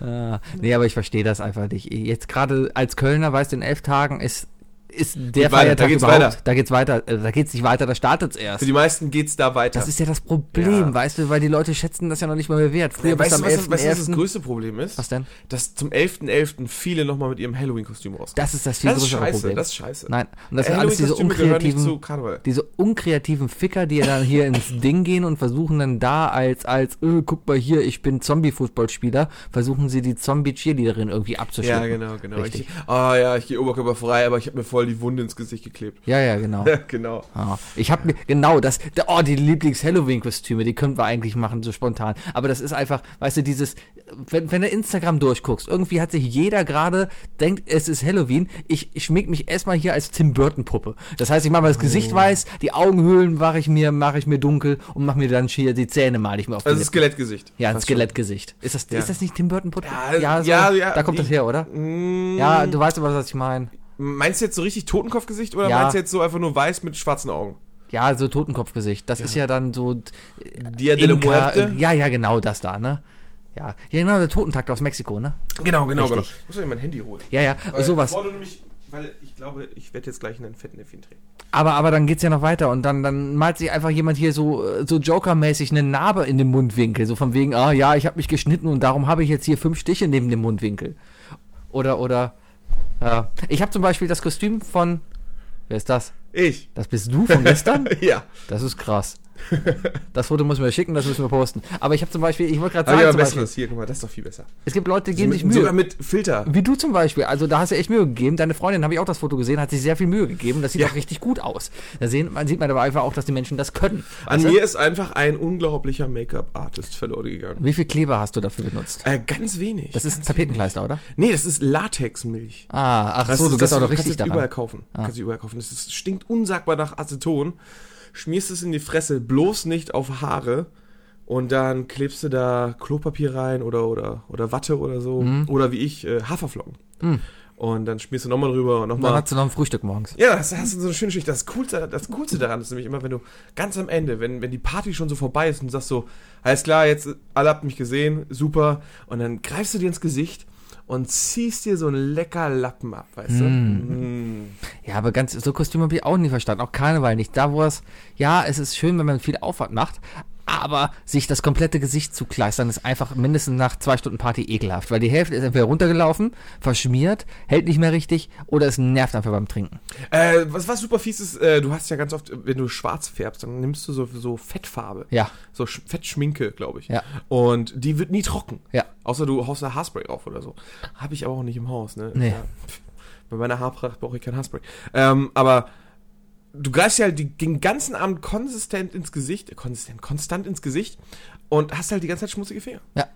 Speaker 3: Ah, nee, aber ich verstehe das einfach nicht. Jetzt gerade als Kölner weißt du, in elf Tagen ist, ist der
Speaker 2: Geht weiter, da
Speaker 3: Feiertag
Speaker 2: geht's
Speaker 3: überhaupt.
Speaker 2: weiter.
Speaker 3: Da geht's weiter. Äh, Da geht's nicht weiter, da startet's
Speaker 2: Für
Speaker 3: erst.
Speaker 2: die meisten geht's da weiter.
Speaker 3: Das ist ja das Problem,
Speaker 2: Ja.
Speaker 3: weißt du, weil die Leute schätzen das ja noch nicht mal mehr wert. Früher bis
Speaker 2: weißt
Speaker 3: am
Speaker 2: du, was, das-
Speaker 3: 11.11.
Speaker 2: weißt du, was das größte Problem ist?
Speaker 3: Was denn?
Speaker 2: Dass zum 11.11. viele nochmal mit ihrem Halloween-Kostüm rauskommen.
Speaker 3: Das ist das viel
Speaker 2: das ist
Speaker 3: größere
Speaker 2: scheiße,
Speaker 3: Problem.
Speaker 2: das ist scheiße.
Speaker 3: Nein, und das sind alles diese
Speaker 2: Halloween-Kostüme gehören nicht zu
Speaker 3: unkreativen,
Speaker 2: Karneval.
Speaker 3: diese unkreativen Ficker, die dann hier ins Ding gehen und versuchen dann da als, als, öh, guck mal hier, ich bin Zombie-Fußballspieler, versuchen sie die Zombie-Cheerleaderin irgendwie
Speaker 2: Ja,
Speaker 3: abzuschütteln.
Speaker 2: genau, genau.
Speaker 3: Richtig.
Speaker 2: Ich, ah ja, ich gehe oberkörperfrei, aber ich habe mir voll die Wunde ins Gesicht geklebt.
Speaker 3: ja, ja, genau.
Speaker 2: genau.
Speaker 3: Ah, ich habe mir genau das, da- oh, die Lieblings-Halloween-Kostüme, die könnten wir eigentlich machen, so spontan. Aber das ist einfach, weißt du, dieses, wenn, wenn du Instagram durchguckst, irgendwie hat sich jeder gerade denkt, es ist Halloween. Ich, ich schmink mich erstmal hier als Tim Burton-Puppe. Das heißt, ich mache mal das
Speaker 2: Oh.
Speaker 3: Gesicht weiß, die Augenhöhlen mache ich mir, mache ich mir dunkel und mache mir dann hier die Zähne male ich mir auf die
Speaker 2: Also
Speaker 3: Lippen.
Speaker 2: Skelettgesicht.
Speaker 3: Ja, ein
Speaker 2: Fast schon.
Speaker 3: Skelettgesicht. Ist das,
Speaker 2: Ja.
Speaker 3: ist das nicht Tim Burton-Puppe?
Speaker 2: Ja, ja, ja,
Speaker 3: Da kommt das
Speaker 2: ich-
Speaker 3: her, oder?
Speaker 2: Mm,
Speaker 3: Ja, du weißt aber, was ich meine.
Speaker 2: Meinst du jetzt so richtig Totenkopfgesicht oder
Speaker 3: Ja.
Speaker 2: meinst du jetzt so einfach nur weiß mit schwarzen Augen?
Speaker 3: Ja, so Totenkopfgesicht. Das ist ja dann so
Speaker 2: Dia de la
Speaker 3: Inka-
Speaker 2: Muerte?
Speaker 3: Ja, ja, genau das da, ne? Ja, ja genau, der Totentakt aus Mexiko, ne?
Speaker 2: Genau, genau,
Speaker 3: Richtig.
Speaker 2: genau. Ich muss ja mein Handy holen.
Speaker 3: Ja, ja,
Speaker 2: Weil
Speaker 3: sowas.
Speaker 2: bevor du nämlich- weil ich glaube, ich werde jetzt gleich in einen fetten Delfin drehen.
Speaker 3: Aber, aber dann geht's ja noch weiter und dann, dann malt sich einfach jemand hier so, äh, so Joker-mäßig eine Narbe in den Mundwinkel. So von wegen, ah ja, ich habe mich geschnitten und darum habe ich jetzt hier fünf Stiche neben dem Mundwinkel. Oder, oder, ja. Ich habe zum Beispiel das Kostüm von, wer ist das?
Speaker 2: Ich?
Speaker 3: Das bist du von gestern?
Speaker 2: Ja.
Speaker 3: Das ist krass. Das Foto müssen wir schicken, das müssen wir posten. Aber ich habe zum Beispiel, ich wollte gerade
Speaker 2: Habe ich
Speaker 3: sagen,
Speaker 2: aber
Speaker 3: zum Beispiel,
Speaker 2: besseres. Hier, guck mal, das ist doch viel besser.
Speaker 3: es gibt Leute, die geben sich
Speaker 2: mit,
Speaker 3: Mühe.
Speaker 2: sogar mit Filter.
Speaker 3: Wie du zum Beispiel. Also da hast du echt Mühe gegeben. Deine Freundin, habe ich auch das Foto gesehen, hat sich sehr viel Mühe gegeben. Das sieht
Speaker 2: Ja.
Speaker 3: auch richtig gut aus. Da sehen, man sieht man aber einfach auch, dass die Menschen das können.
Speaker 2: An
Speaker 3: Weißt du?
Speaker 2: mir ist einfach ein unglaublicher Make-up-Artist verloren gegangen.
Speaker 3: Wie viel Kleber hast du dafür benutzt?
Speaker 2: Äh, ganz wenig.
Speaker 3: Das ist
Speaker 2: ganz
Speaker 3: Tapetenkleister, oder?
Speaker 2: wenig. Nee, das ist Latexmilch.
Speaker 3: Ah, ach so,
Speaker 2: ist-
Speaker 3: du gehst auch noch
Speaker 2: kannst
Speaker 3: richtig
Speaker 2: du überall
Speaker 3: daran. Ah.
Speaker 2: kaufen. Kannst du überall kaufen. Es ist- stinkt unsagbar nach Aceton. Schmierst es in die Fresse, bloß nicht auf Haare. Und dann klebst du da Klopapier rein oder, oder, oder Watte oder so.
Speaker 3: Mhm.
Speaker 2: Oder wie ich, äh, Haferflocken. Und dann schmierst du nochmal drüber und
Speaker 3: Dann
Speaker 2: nochmal.
Speaker 3: hast du noch ein Frühstück morgens.
Speaker 2: Ja, das hast du so eine schöne Schicht. Das Coolste, das Coolste daran ist nämlich immer, wenn du ganz am Ende, wenn, wenn die Party schon so vorbei ist und du sagst so, alles klar, jetzt alle habt mich gesehen, super. Und dann greifst du dir ins Gesicht und ziehst dir so einen lecker Lappen ab, weißt du? Mm. Hm.
Speaker 3: Ja, aber ganz so Kostüme habe ich auch nie verstanden. Auch Karneval nicht. Da, wo es, ja, es ist schön, wenn man viel Aufwand macht, aber sich das komplette Gesicht zu kleistern, ist einfach mindestens nach zwei Stunden Party ekelhaft, weil die Hälfte ist entweder runtergelaufen, verschmiert, hält nicht mehr richtig oder es nervt einfach beim Trinken.
Speaker 2: Äh, was, was super fies ist, äh, du hast ja ganz oft, wenn du schwarz färbst, dann nimmst du so, so Fettfarbe.
Speaker 3: Ja.
Speaker 2: So Sch Fettschminke, glaube ich.
Speaker 3: Ja.
Speaker 2: Und die wird nie trocken.
Speaker 3: Ja.
Speaker 2: Außer du haust da Haarspray drauf oder so. Habe ich aber auch nicht im Haus, ne?
Speaker 3: Nee.
Speaker 2: Ja. pff, Bei meiner Haarpracht brauche ich kein Haarspray. Ähm, aber du greifst ja halt die, den ganzen Abend konsistent ins Gesicht, äh, konsistent, konstant ins Gesicht und hast halt die ganze Zeit schmutzige Finger.
Speaker 3: Ja. Also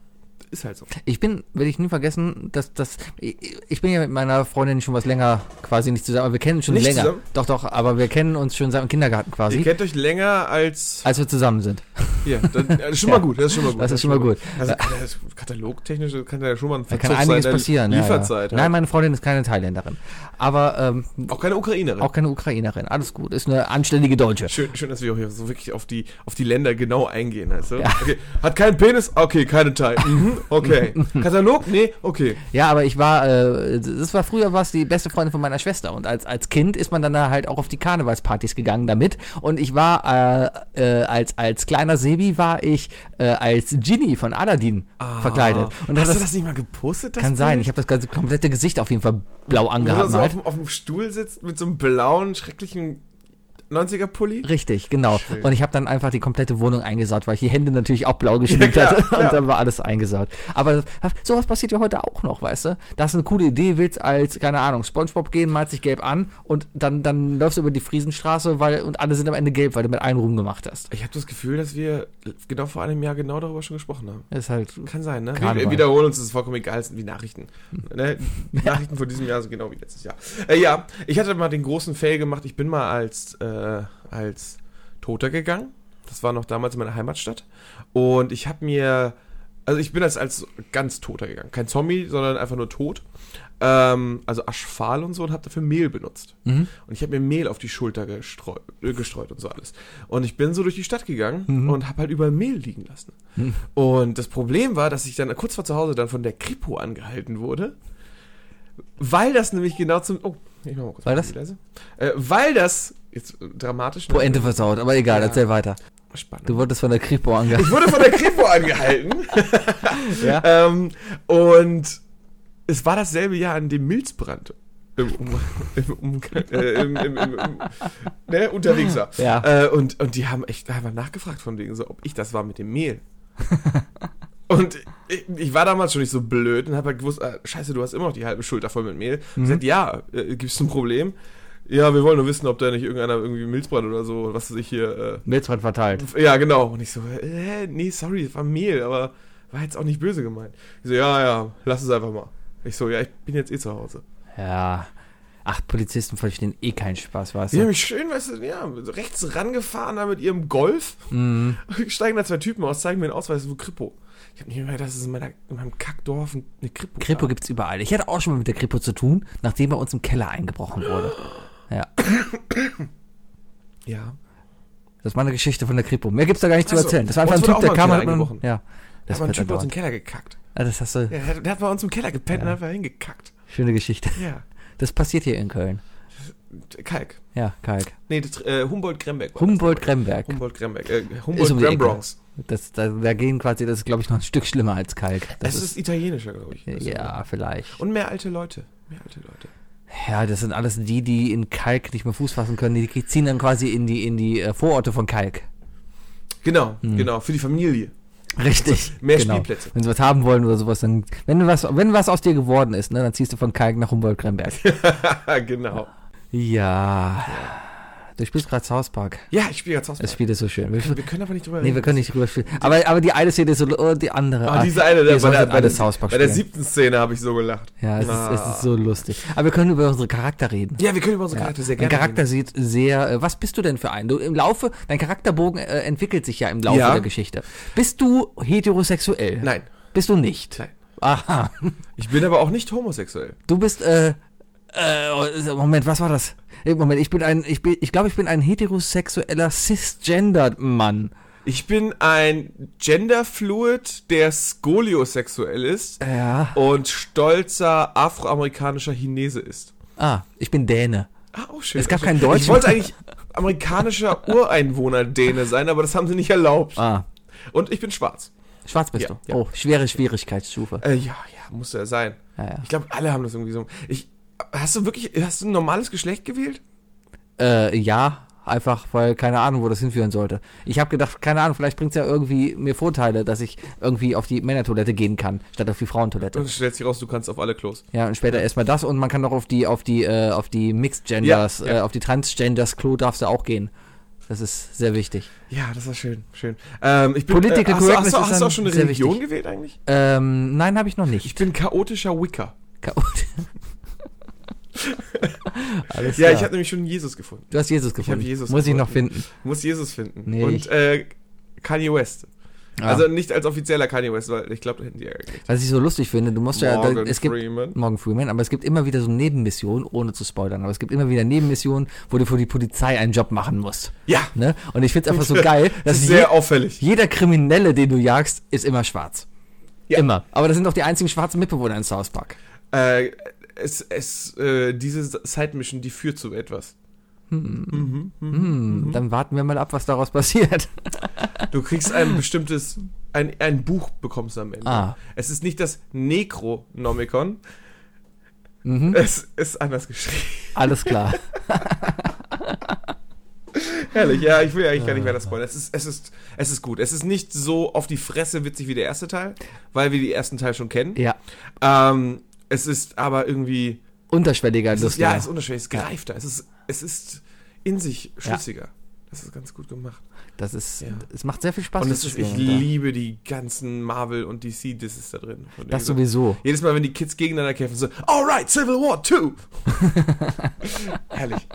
Speaker 2: Ist halt so.
Speaker 3: Ich bin, werde ich nie vergessen, dass das. Ich, ich bin ja mit meiner Freundin schon was länger quasi nicht zusammen, aber wir kennen uns schon
Speaker 2: Nicht
Speaker 3: länger.
Speaker 2: zusammen?
Speaker 3: Doch, doch, aber wir kennen uns schon seit dem Kindergarten quasi,
Speaker 2: Ihr kennt euch länger als.
Speaker 3: als wir zusammen sind.
Speaker 2: Hier, das, das ist schon mal gut. Das ist schon mal gut.
Speaker 3: Das ist schon mal gut.
Speaker 2: Also das katalogtechnisch kann da ja schon mal ein
Speaker 3: Da kann
Speaker 2: Verzug
Speaker 3: einiges
Speaker 2: der
Speaker 3: passieren. ja,
Speaker 2: Lieferzeit.
Speaker 3: Ja.
Speaker 2: halt.
Speaker 3: Nein, meine Freundin ist keine Thailänderin. Aber ähm,
Speaker 2: Auch keine Ukrainerin.
Speaker 3: auch keine Ukrainerin. Alles gut. Ist eine anständige Deutsche.
Speaker 2: Schön, schön, dass wir auch hier so wirklich auf die, auf die Länder genau eingehen. Weißt du? okay. Hat keinen Penis? Okay, keine Teil. Mhm, okay. Katalog? Nee, okay.
Speaker 3: Ja, aber ich war, äh, das war früher was die beste Freundin von meiner Schwester und als als Kind ist man dann da halt auch auf die Karnevalspartys gegangen damit und ich war äh, äh, als als kleiner Sebi war ich äh, als Ginny von Aladdin Ah. verkleidet und
Speaker 2: Und Ah, hast
Speaker 3: das,
Speaker 2: du das nicht mal gepostet? Das
Speaker 3: kann sein.
Speaker 2: Bild?
Speaker 3: Ich habe das ganze komplette Gesicht auf jeden Fall blau
Speaker 2: Wo du
Speaker 3: angehabt.
Speaker 2: so auf,
Speaker 3: Halt.
Speaker 2: dem- auf dem Stuhl sitzt mit so einem blauen, schrecklichen 90er-Pulli?
Speaker 3: Richtig, genau.
Speaker 2: Schön.
Speaker 3: Und ich habe dann einfach die komplette Wohnung eingesaut, weil ich die Hände natürlich auch blau geschminkt
Speaker 2: Ja, klar,
Speaker 3: hatte. Und
Speaker 2: ja.
Speaker 3: dann war alles eingesaut. Aber sowas passiert ja heute auch noch, weißt du? Das ist eine coole Idee, willst als, keine Ahnung, Spongebob gehen, malst dich gelb an und dann, dann läufst du über die Friesenstraße weil, und alle sind am Ende gelb, weil du mit einem Ruhm gemacht hast.
Speaker 2: Ich habe das Gefühl, dass wir genau vor einem Jahr genau darüber schon gesprochen haben.
Speaker 3: Das ist halt.
Speaker 2: Kann sein, ne? Wir,
Speaker 3: Karneval.
Speaker 2: wir wiederholen uns, das ist vollkommen egal, das sind wie Nachrichten. Ne? Nachrichten von diesem Jahr sind genau wie letztes Jahr. Äh, ja, ich hatte mal den großen Fail gemacht. Ich bin mal als, äh, als Toter gegangen. Das war noch damals in meiner Heimatstadt. Und ich habe mir, also ich bin als, als ganz Toter gegangen. Kein Zombie, sondern einfach nur tot. Ähm, also aschfahl und so und habe dafür Mehl benutzt.
Speaker 3: Mhm.
Speaker 2: Und ich habe mir Mehl auf die Schulter gestreu äh, gestreut und so alles. Und ich bin so durch die Stadt gegangen
Speaker 3: Mhm.
Speaker 2: und habe halt überall Mehl liegen lassen. Und das Problem war, dass ich dann kurz vor zu Hause dann von der Kripo angehalten wurde, weil das nämlich genau zum... Oh, ich mach mal kurz
Speaker 3: Weil
Speaker 2: mein
Speaker 3: das-
Speaker 2: Handy leise. Äh, weil das... Jetzt äh, dramatisch. ne?
Speaker 3: Pointe versaut, aber egal,
Speaker 2: Ja.
Speaker 3: erzähl weiter.
Speaker 2: Spannend.
Speaker 3: Du wurdest von der Kripo angehalten.
Speaker 2: Ich wurde von der Kripo angehalten.
Speaker 3: Ja.
Speaker 2: Ähm, und es war dasselbe Jahr, an dem Milz brannte. Im, um, im, um, äh, im, im, im, im ne, unterwegs war.
Speaker 3: Ja.
Speaker 2: Äh, und, und die haben echt einfach nachgefragt von wegen so, ob ich das war mit dem Mehl. und ich, ich war damals schon nicht so blöd und habe halt gewusst, ah, scheiße, du hast immer noch die halbe Schulter voll mit Mehl.
Speaker 3: Mhm.
Speaker 2: Ich sagte, ja, äh, gibt's ein Problem? Ja, wir wollen nur wissen, ob da nicht irgendeiner irgendwie Milzbrand oder so, was weiß ich hier, äh,
Speaker 3: Milzbrand verteilt.
Speaker 2: ja, genau. Und ich so, äh, nee, sorry, es war Mehl, aber war jetzt auch nicht böse gemeint. Ich so, ja, ja, lass es einfach mal. Ich so, ja, ich bin jetzt eh zu Hause.
Speaker 3: Ja. Ach, Polizisten verstehen eh keinen Spaß, weißt
Speaker 2: Die haben
Speaker 3: du?
Speaker 2: mich schön, weißt du, ja, rechts rangefahren da mit ihrem Golf.
Speaker 3: Mhm.
Speaker 2: Steigen da zwei Typen aus, zeigen mir den Ausweis, wo Kripo. Ich hab nicht mehr, das ist in, meiner, in meinem Kackdorf eine Kripo.
Speaker 3: Kripo
Speaker 2: gab.
Speaker 3: gibt's überall. Ich hatte auch schon mal mit der Kripo zu tun, nachdem bei uns im Keller eingebrochen wurde. Ja,
Speaker 2: Ja.
Speaker 3: das war eine Geschichte von der Kripo. Mehr gibt's da gar nicht zu
Speaker 2: Ach so.
Speaker 3: erzählen. Das war einfach ein
Speaker 2: Uns wurde
Speaker 3: Typ,
Speaker 2: auch
Speaker 3: der
Speaker 2: mal
Speaker 3: kam
Speaker 2: ein
Speaker 3: halt
Speaker 2: Keller
Speaker 3: mit einem-
Speaker 2: eingebrochen.
Speaker 3: Ja,
Speaker 2: Das
Speaker 3: das
Speaker 2: war ein
Speaker 3: wird
Speaker 2: Typ bei uns im
Speaker 3: dauern.
Speaker 2: Keller gekackt.
Speaker 3: Ah, Das hast du.
Speaker 2: Ja, der, hat- der hat bei uns im Keller gepennt und hat einfach hingekackt.
Speaker 3: Schöne Geschichte.
Speaker 2: Ja.
Speaker 3: Das passiert hier in Köln.
Speaker 2: Kalk.
Speaker 3: Ja, Kalk.
Speaker 2: Nee, das, äh, Humboldt-Kremberg. war das.
Speaker 3: Humboldt-Gremberg.
Speaker 2: Humboldt-Kremberg. Äh,
Speaker 3: um die Ecke.
Speaker 2: Humboldt-Grembronx.
Speaker 3: Das, da, da gehen quasi, das ist, glaube ich, noch ein Stück schlimmer als Kalk. Das
Speaker 2: Es ist, italienischer, glaube ich.
Speaker 3: ist, ja, vielleicht.
Speaker 2: Und mehr alte Leute. Mehr alte Leute.
Speaker 3: Ja, das sind alles die, die in Kalk nicht mehr Fuß fassen können. Die ziehen dann quasi in die, in die äh, Vororte von Kalk.
Speaker 2: Genau,
Speaker 3: Hm.
Speaker 2: genau. Für die Familie.
Speaker 3: Richtig. Genau.
Speaker 2: Mehr Spielplätze.
Speaker 3: Wenn sie was haben wollen oder sowas, dann, wenn du was, wenn was aus dir geworden ist, ne, dann ziehst du von Kalk nach Humboldt-Gremberg.
Speaker 2: genau.
Speaker 3: ja. Du spielst gerade South Park.
Speaker 2: Ja, ich spiele jetzt Haus.
Speaker 3: Das Spiel ist so schön. Wir,
Speaker 2: Wir können aber nicht drüber
Speaker 3: nee, wir können nicht drüber spielen. Aber, aber die eine Szene ist so, oh, die andere.
Speaker 2: Ah, diese eine,
Speaker 3: wir
Speaker 2: der, bei,
Speaker 3: sollten
Speaker 2: der, bei,
Speaker 3: alle
Speaker 2: der,
Speaker 3: South Park
Speaker 2: bei der
Speaker 3: spielen.
Speaker 2: siebten Szene habe ich so gelacht.
Speaker 3: Ja, es,
Speaker 2: Ah.
Speaker 3: ist, es ist so lustig. Aber wir können über unsere Charakter reden.
Speaker 2: Ja, wir können über unsere Charakter sehr
Speaker 3: Dein
Speaker 2: gerne
Speaker 3: Charakter
Speaker 2: reden.
Speaker 3: sieht sehr. Äh, was bist du denn für einen? Du im Laufe, dein Charakterbogen äh, entwickelt sich ja im Laufe
Speaker 2: Ja.
Speaker 3: der Geschichte. Bist du heterosexuell?
Speaker 2: Nein,
Speaker 3: Bist du nicht?
Speaker 2: Nein.
Speaker 3: Aha.
Speaker 2: ich bin aber auch nicht homosexuell.
Speaker 3: Du bist, äh, äh, Moment, was war das? Äh, Moment, ich bin ein, ich bin, ich glaube, ich bin ein heterosexueller Cisgender-Mann.
Speaker 2: Ich bin ein Genderfluid, der skoliosexuell ist
Speaker 3: Ja.
Speaker 2: und stolzer afroamerikanischer Chinese ist.
Speaker 3: Ah, ich bin Däne.
Speaker 2: Ah, auch schön.
Speaker 3: Es gab
Speaker 2: Auch
Speaker 3: keinen
Speaker 2: schön.
Speaker 3: Deutschen.
Speaker 2: Ich wollte eigentlich amerikanischer Ureinwohner-Däne sein, aber das haben sie nicht erlaubt.
Speaker 3: Ah,
Speaker 2: Und ich bin schwarz.
Speaker 3: schwarz bist
Speaker 2: Ja,
Speaker 3: du.
Speaker 2: ja.
Speaker 3: Oh, schwere Schwierigkeitsstufe.
Speaker 2: Äh, ja, ja, muss ja sein.
Speaker 3: Ja, ja.
Speaker 2: Ich glaube, alle haben das irgendwie so. Ich, hast du wirklich, hast du ein normales Geschlecht gewählt?
Speaker 3: Äh, ja, einfach, weil keine Ahnung, wo das hinführen sollte. Ich habe gedacht, keine Ahnung, vielleicht bringt's ja irgendwie mir Vorteile, dass ich irgendwie auf die Männertoilette gehen kann, statt auf die Frauentoilette.
Speaker 2: Und es stellt sich raus, du kannst auf alle Klos.
Speaker 3: Ja, und später erstmal das und man kann doch auf die, auf die, äh, auf die Mixed Genders,
Speaker 2: Ja, ja.
Speaker 3: Äh, auf die Transgenders Klo darfst du auch gehen. Das ist sehr wichtig.
Speaker 2: Ja, das war schön, schön. Ähm, ich bin,
Speaker 3: Political
Speaker 2: hast, du- hast,
Speaker 3: Correctness
Speaker 2: du-
Speaker 3: ist
Speaker 2: hast du auch
Speaker 3: dann
Speaker 2: schon eine
Speaker 3: sehr
Speaker 2: Religion
Speaker 3: wichtig.
Speaker 2: gewählt eigentlich?
Speaker 3: Ähm, nein, habe ich noch
Speaker 2: Ich
Speaker 3: nicht.
Speaker 2: bin chaotischer Wicker.
Speaker 3: Alles
Speaker 2: Ja,
Speaker 3: klar.
Speaker 2: ich habe nämlich schon Jesus gefunden.
Speaker 3: du hast Jesus gefunden.
Speaker 2: Jesus
Speaker 3: Muss ich
Speaker 2: gefunden.
Speaker 3: noch finden.
Speaker 2: Muss Jesus finden.
Speaker 3: Nee,
Speaker 2: Und
Speaker 3: ich-
Speaker 2: äh, Kanye West.
Speaker 3: Ja.
Speaker 2: Also nicht als offizieller Kanye West, weil ich glaube, da hätten die ja gekriegt.
Speaker 3: Was ich so lustig finde, du musst ja, da,
Speaker 2: Morgan
Speaker 3: es gibt
Speaker 2: Freeman.
Speaker 3: Morgan Freeman, aber es gibt immer wieder so Nebenmissionen, ohne zu spoilern, aber es gibt immer wieder Nebenmissionen, wo du für die Polizei einen Job machen musst.
Speaker 2: Ja,
Speaker 3: Ne? Und ich find's einfach so geil,
Speaker 2: das
Speaker 3: dass
Speaker 2: ist
Speaker 3: je,
Speaker 2: sehr auffällig.
Speaker 3: jeder Kriminelle, den du jagst, ist immer schwarz.
Speaker 2: Ja.
Speaker 3: Immer. Aber das sind doch die einzigen schwarzen Mitbewohner in South Park.
Speaker 2: Äh, es, es, äh, diese Side-Mission, die führt zu etwas. Mhm.
Speaker 3: Hm, Dann warten wir mal ab, was daraus passiert.
Speaker 2: Du kriegst ein bestimmtes, ein, ein Buch bekommst du am Ende.
Speaker 3: Ah.
Speaker 2: Es ist nicht das Necronomicon.
Speaker 3: Mhm.
Speaker 2: Es ist anders geschrieben.
Speaker 3: Alles klar.
Speaker 2: Herrlich, ja, ich will eigentlich gar nicht weiter spoilern. Es ist, es, ist, es ist gut. Es ist nicht so auf die Fresse witzig wie der erste Teil, weil wir die ersten Teil schon kennen.
Speaker 3: ja.
Speaker 2: Ähm, es ist aber irgendwie.
Speaker 3: Unterschwelliger
Speaker 2: Es ist,
Speaker 3: lustiger.
Speaker 2: ja, es ist unterschiedlich. Es greift da. Es ist, es ist in sich schlüssiger. Das ist ganz gut gemacht.
Speaker 3: das ist,
Speaker 2: Ja.
Speaker 3: es macht sehr viel Spaß.
Speaker 2: und
Speaker 3: das
Speaker 2: es
Speaker 3: zu
Speaker 2: ist, ich
Speaker 3: spielen.
Speaker 2: liebe die ganzen Marvel und DC-Disses da drin. Von
Speaker 3: das
Speaker 2: denen so-
Speaker 3: sowieso.
Speaker 2: Jedes Mal, wenn die Kids gegeneinander kämpfen, so, alright, Civil War 2! Herrlich.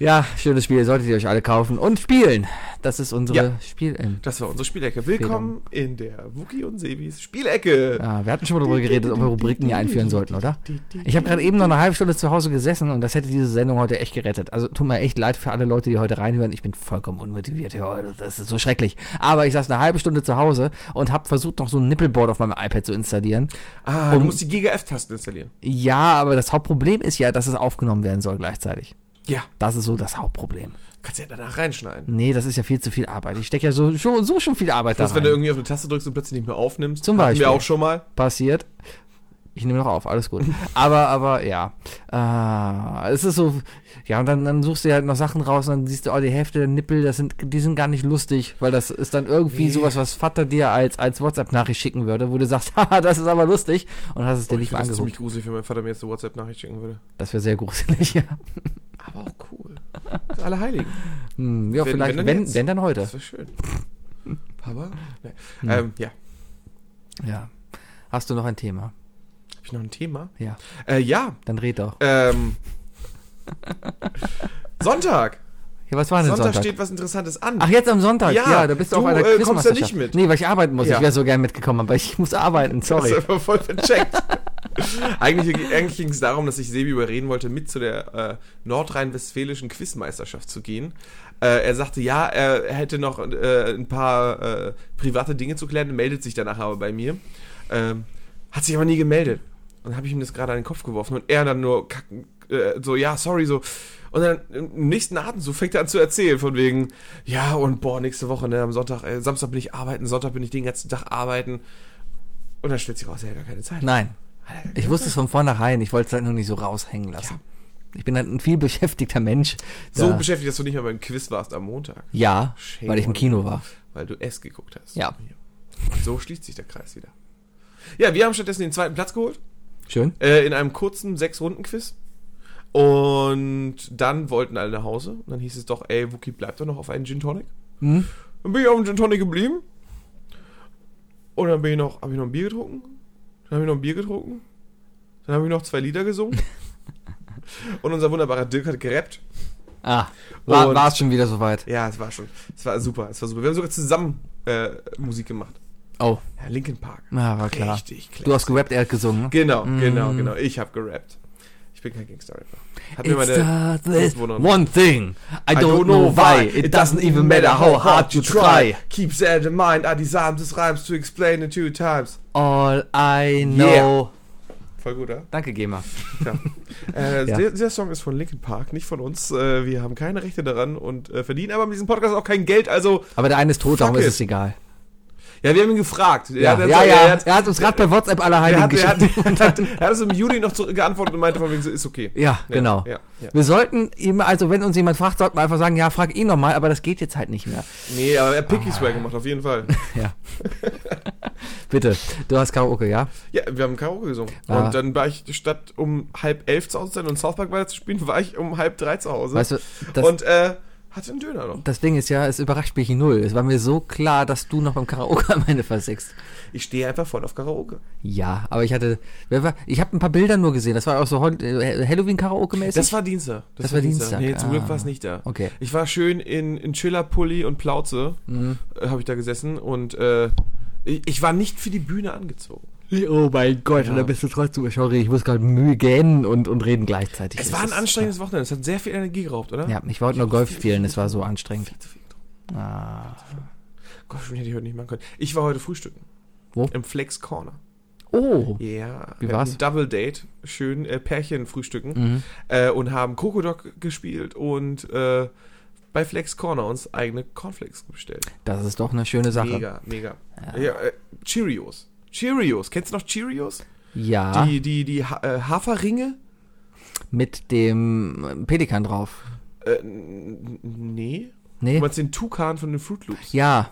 Speaker 3: Ja, schönes Spiel, solltet ihr euch alle kaufen und spielen. Das ist unsere
Speaker 2: Ja.
Speaker 3: Spiel. ähm,
Speaker 2: Das war unsere Spielecke. Willkommen in der Wookie und Sebis Spielecke.
Speaker 3: Ja, wir hatten schon mal darüber geredet, ob wir Rubriken hier einführen sollten, oder? Ich habe gerade eben noch eine halbe Stunde zu Hause gesessen und das hätte diese Sendung heute echt gerettet. Also tut mir echt leid für alle Leute, die heute reinhören. Ich bin vollkommen unmotiviert. Ja, das ist so schrecklich. Aber ich saß eine halbe Stunde zu Hause und habe versucht, noch so ein Nippelboard auf meinem iPad zu installieren.
Speaker 2: Ah, du
Speaker 3: Um-
Speaker 2: musst die Giga F-Tasten installieren.
Speaker 3: Ja, aber das Hauptproblem ist ja, dass es aufgenommen werden soll gleichzeitig.
Speaker 2: Ja.
Speaker 3: Das ist so das Hauptproblem.
Speaker 2: Kannst ja danach reinschneiden.
Speaker 3: Nee, das ist ja viel zu viel Arbeit. Ich stecke ja so, so, so schon viel Arbeit da
Speaker 2: Dass wenn du
Speaker 3: rein.
Speaker 2: irgendwie auf eine Taste drückst und plötzlich nicht mehr aufnimmst.
Speaker 3: Zum
Speaker 2: Hatten
Speaker 3: Beispiel.
Speaker 2: wir auch schon mal.
Speaker 3: Passiert. Ich nehme noch auf, alles gut. aber, aber, ja. Ah, es ist so, ja, und dann, dann suchst du ja halt noch Sachen raus und dann siehst du, oh, die Hälfte der Nippel, das sind, die sind gar nicht lustig, weil das ist dann irgendwie
Speaker 2: Nee.
Speaker 3: sowas, was Vater dir als, als WhatsApp-Nachricht schicken würde, wo du sagst, haha, das ist aber lustig und hast es dir
Speaker 2: Oh, ich
Speaker 3: nicht mal
Speaker 2: find das
Speaker 3: angeguckt.
Speaker 2: ziemlich gruselig, wenn mein Vater mir jetzt eine WhatsApp-Nachricht schicken würde.
Speaker 3: Das wäre sehr gruselig, ja.
Speaker 2: Aber auch cool. Das alle Heiligen.
Speaker 3: Hm, ja,
Speaker 2: Wenn-
Speaker 3: vielleicht,
Speaker 2: wenn dann
Speaker 3: wenn, wenn,
Speaker 2: jetzt.
Speaker 3: dann heute.
Speaker 2: Das wäre schön. Papa? Nee.
Speaker 3: Hm.
Speaker 2: Ähm, ja.
Speaker 3: Ja. Hast du noch ein Thema?
Speaker 2: Hab ich noch ein Thema?
Speaker 3: Ja.
Speaker 2: Äh, ja.
Speaker 3: Dann red doch.
Speaker 2: Ähm. Sonntag.
Speaker 3: Ja, was war denn
Speaker 2: Sonntag.
Speaker 3: Sonntag?
Speaker 2: steht was Interessantes an.
Speaker 3: Ach, jetzt am Sonntag?
Speaker 2: Ja,
Speaker 3: Ja, da bist du,
Speaker 2: du,
Speaker 3: auf einer
Speaker 2: äh, kommst ja nicht
Speaker 3: Quizmeisterschaft.
Speaker 2: mit.
Speaker 3: Nee, weil ich arbeiten muss.
Speaker 2: Ja. Also-
Speaker 3: Ich wäre so gern mitgekommen, aber ich muss arbeiten,
Speaker 2: Das
Speaker 3: sorry.
Speaker 2: ist einfach voll vercheckt. eigentlich eigentlich ging es darum, dass ich Sebi überreden wollte, mit zu der äh, nordrhein-westfälischen Quizmeisterschaft zu gehen. Äh, er sagte, ja, er hätte noch äh, ein paar äh, private Dinge zu klären, meldet sich danach aber bei mir. Ähm, hat sich aber nie gemeldet. Und dann habe ich ihm das gerade an den Kopf geworfen und er dann nur kacken, äh, so, ja, sorry, so. Und dann im nächsten Atemzug fängt er an zu erzählen, von wegen, ja, und boah, nächste Woche, ne, am Sonntag, äh, Samstag bin ich arbeiten, Sonntag bin ich den ganzen Tag arbeiten. Und dann stellt sich raus, er hat gar keine Zeit.
Speaker 3: Nein,
Speaker 2: Hat er gar
Speaker 3: ich
Speaker 2: keine
Speaker 3: wusste es von vornherein. Ich wollte es halt nur nicht so raushängen lassen. Ich bin halt ein viel beschäftigter Mensch.
Speaker 2: So
Speaker 3: Da-
Speaker 2: beschäftigt, dass du nicht mal beim Quiz warst am Montag,
Speaker 3: Ja,
Speaker 2: Shame
Speaker 3: weil ich im
Speaker 2: on
Speaker 3: Kino war.
Speaker 2: weil du es geguckt hast.
Speaker 3: Ja.
Speaker 2: So schließt sich der Kreis wieder. Ja, wir haben stattdessen den zweiten Platz geholt,
Speaker 3: Schön.
Speaker 2: äh, in einem kurzen Sechs-Runden-Quiz. Und dann wollten alle nach Hause. Und dann hieß es doch, ey, Wookie, bleib doch noch auf einen Gin Tonic.
Speaker 3: Hm?
Speaker 2: Dann bin ich auf dem Gin Tonic geblieben. Und dann bin ich noch, habe ich noch ein Bier getrunken. Dann habe ich noch ein Bier getrunken. Dann habe ich noch zwei Lieder gesungen. Und unser wunderbarer Dirk hat gerappt.
Speaker 3: Ah, war
Speaker 2: Und-
Speaker 3: war es schon wieder soweit.
Speaker 2: Ja, es war schon. Es war super, es war super. Wir haben sogar zusammen äh, Musik gemacht.
Speaker 3: Oh,
Speaker 2: Ja, Linkin Park.
Speaker 3: ja, war klar.
Speaker 2: Richtig klar.
Speaker 3: Du hast gerappt, er hat gesungen. ne?
Speaker 2: Genau,
Speaker 3: Mm.
Speaker 2: genau, genau. Ich habe gerappt. Ich bin kein Gangster-Rapper. Hat mir
Speaker 3: It
Speaker 2: meine.
Speaker 3: starts with
Speaker 2: Mitbewohnerin-
Speaker 3: one thing. I don't know why. It doesn't even matter how hard you try.
Speaker 2: Keep that in mind. I designed this rhymes to explain it two times.
Speaker 3: All I
Speaker 2: Yeah.
Speaker 3: know.
Speaker 2: voll gut, ja?
Speaker 3: Danke, GEMA.
Speaker 2: Ja. Äh,
Speaker 3: Ja.
Speaker 2: Der, der Song ist von Linkin Park, nicht von uns. Äh, wir haben keine Rechte daran und äh, verdienen aber mit diesem Podcast auch kein Geld. Also,
Speaker 3: Aber der eine ist tot,
Speaker 2: Fuck
Speaker 3: darum ist
Speaker 2: it.
Speaker 3: es egal.
Speaker 2: ja, wir haben ihn gefragt.
Speaker 3: Ja,
Speaker 2: der
Speaker 3: ja, ja.
Speaker 2: hat so- Er hat,
Speaker 3: Er hat uns gerade per WhatsApp alle
Speaker 2: er
Speaker 3: Heiligen
Speaker 2: hat, er
Speaker 3: geschickt.
Speaker 2: hat, er hat, er hat es im Juli noch zurück- geantwortet und meinte von wegen so, ist okay.
Speaker 3: Ja, genau.
Speaker 2: Ja, ja.
Speaker 3: Wir sollten ihm, also wenn uns jemand fragt, sollten wir einfach sagen, ja, frag ihn nochmal, aber das geht jetzt halt nicht mehr.
Speaker 2: Nee, aber er hat Picky Swear gemacht, auf jeden Fall.
Speaker 3: Ja. Bitte, du hast Karaoke, ja?
Speaker 2: Ja, wir haben Karaoke gesungen.
Speaker 3: Ah.
Speaker 2: Und dann war ich, statt um halb elf zu Hause zu sein und South Park weiter zu spielen, war ich um halb drei zu Hause.
Speaker 3: Weißt du, das,
Speaker 2: und äh, hatte einen Döner noch.
Speaker 3: das Ding ist ja, es überrascht mich null. Es war mir so klar, dass du noch beim Karaoke am Ende versickst.
Speaker 2: Ich stehe einfach voll auf Karaoke.
Speaker 3: Ja, aber ich hatte, wer war, ich habe ein paar Bilder nur gesehen. Das war auch so Hol- äh, Halloween-Karaoke-mäßig.
Speaker 2: Das war Dienstag.
Speaker 3: Das war Dienstag,
Speaker 2: Nee, zum
Speaker 3: ah.
Speaker 2: Glück war es nicht da.
Speaker 3: Okay.
Speaker 2: Ich war schön in, in Chiller-Pulli und Plauze,
Speaker 3: Mhm.
Speaker 2: äh, habe ich da gesessen und äh, ich, ich war nicht für die Bühne angezogen.
Speaker 3: Oh mein Gott, und dann bist du trotzdem, sorry, ich muss gerade Mühe gähnen und, und reden gleichzeitig.
Speaker 2: Es
Speaker 3: Das
Speaker 2: war ein
Speaker 3: ist-
Speaker 2: anstrengendes Wochenende. Es hat sehr viel Energie geraubt, oder?
Speaker 3: Ja, ich wollte nur Golf spielen, es war so anstrengend.
Speaker 2: Viel zu viel getrunken.
Speaker 3: Ah.
Speaker 2: Gott, schon hätte ich heute nicht machen können. Ich war heute frühstücken.
Speaker 3: Wo?
Speaker 2: Im Flex Corner.
Speaker 3: Oh.
Speaker 2: Ja.
Speaker 3: Wie
Speaker 2: wir
Speaker 3: war's?
Speaker 2: hatten Double Date. Schön äh, Pärchen frühstücken.
Speaker 3: Mhm.
Speaker 2: Äh, und haben Kokodok gespielt und äh, bei Flex Corner uns eigene Cornflakes bestellt.
Speaker 3: Das ist doch eine schöne Sache.
Speaker 2: Mega, mega.
Speaker 3: Ja.
Speaker 2: Ja. äh, Cheerios. Cheerios. Kennst du noch Cheerios?
Speaker 3: Ja,
Speaker 2: Die, die, die ha äh, Haferringe?
Speaker 3: mit dem Pelikan drauf.
Speaker 2: Äh, n- n- nee. Du
Speaker 3: Nee?
Speaker 2: meinst den Tukan von den Fruit Loops.
Speaker 3: Ja,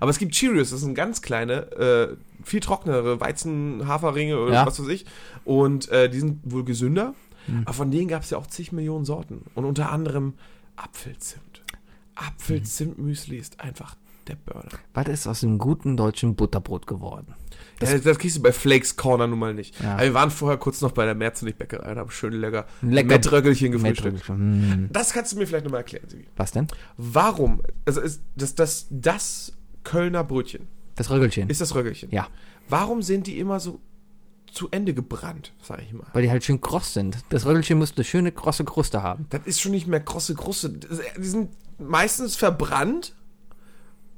Speaker 2: Aber es gibt Cheerios, das sind ganz kleine, äh, viel trockenere Weizen, Haferringe oder
Speaker 3: Ja. Hm.
Speaker 2: was weiß ich. Und äh, die sind wohl gesünder. Aber von denen gab es ja auch zig Millionen Sorten. Und unter anderem Apfelzimt. Apfelzimtmüsli ist einfach der Burner.
Speaker 3: was ist aus dem guten deutschen Butterbrot geworden?
Speaker 2: Das, ja, das kriegst du bei Flakes Corner nun mal nicht.
Speaker 3: Ja.
Speaker 2: Aber wir waren vorher kurz noch bei der Merzenich-Bäckerei und haben schön lecker,
Speaker 3: Lecker-
Speaker 2: Mettröckelchen gefrühstückt.
Speaker 3: Metrisch. Hm.
Speaker 2: Das kannst du mir vielleicht nochmal erklären, Sibi.
Speaker 3: Was denn?
Speaker 2: Warum? Also ist das, das, das Kölner Brötchen
Speaker 3: Das Röggelchen.
Speaker 2: ist das Röckelchen.
Speaker 3: Ja,
Speaker 2: Warum sind die immer so zu Ende gebrannt, sag ich mal?
Speaker 3: weil die halt schön kross sind. Das Röggelchen muss eine schöne krosse Kruste haben.
Speaker 2: Das ist schon nicht mehr krosse Kruste. Das- Die sind meistens verbrannt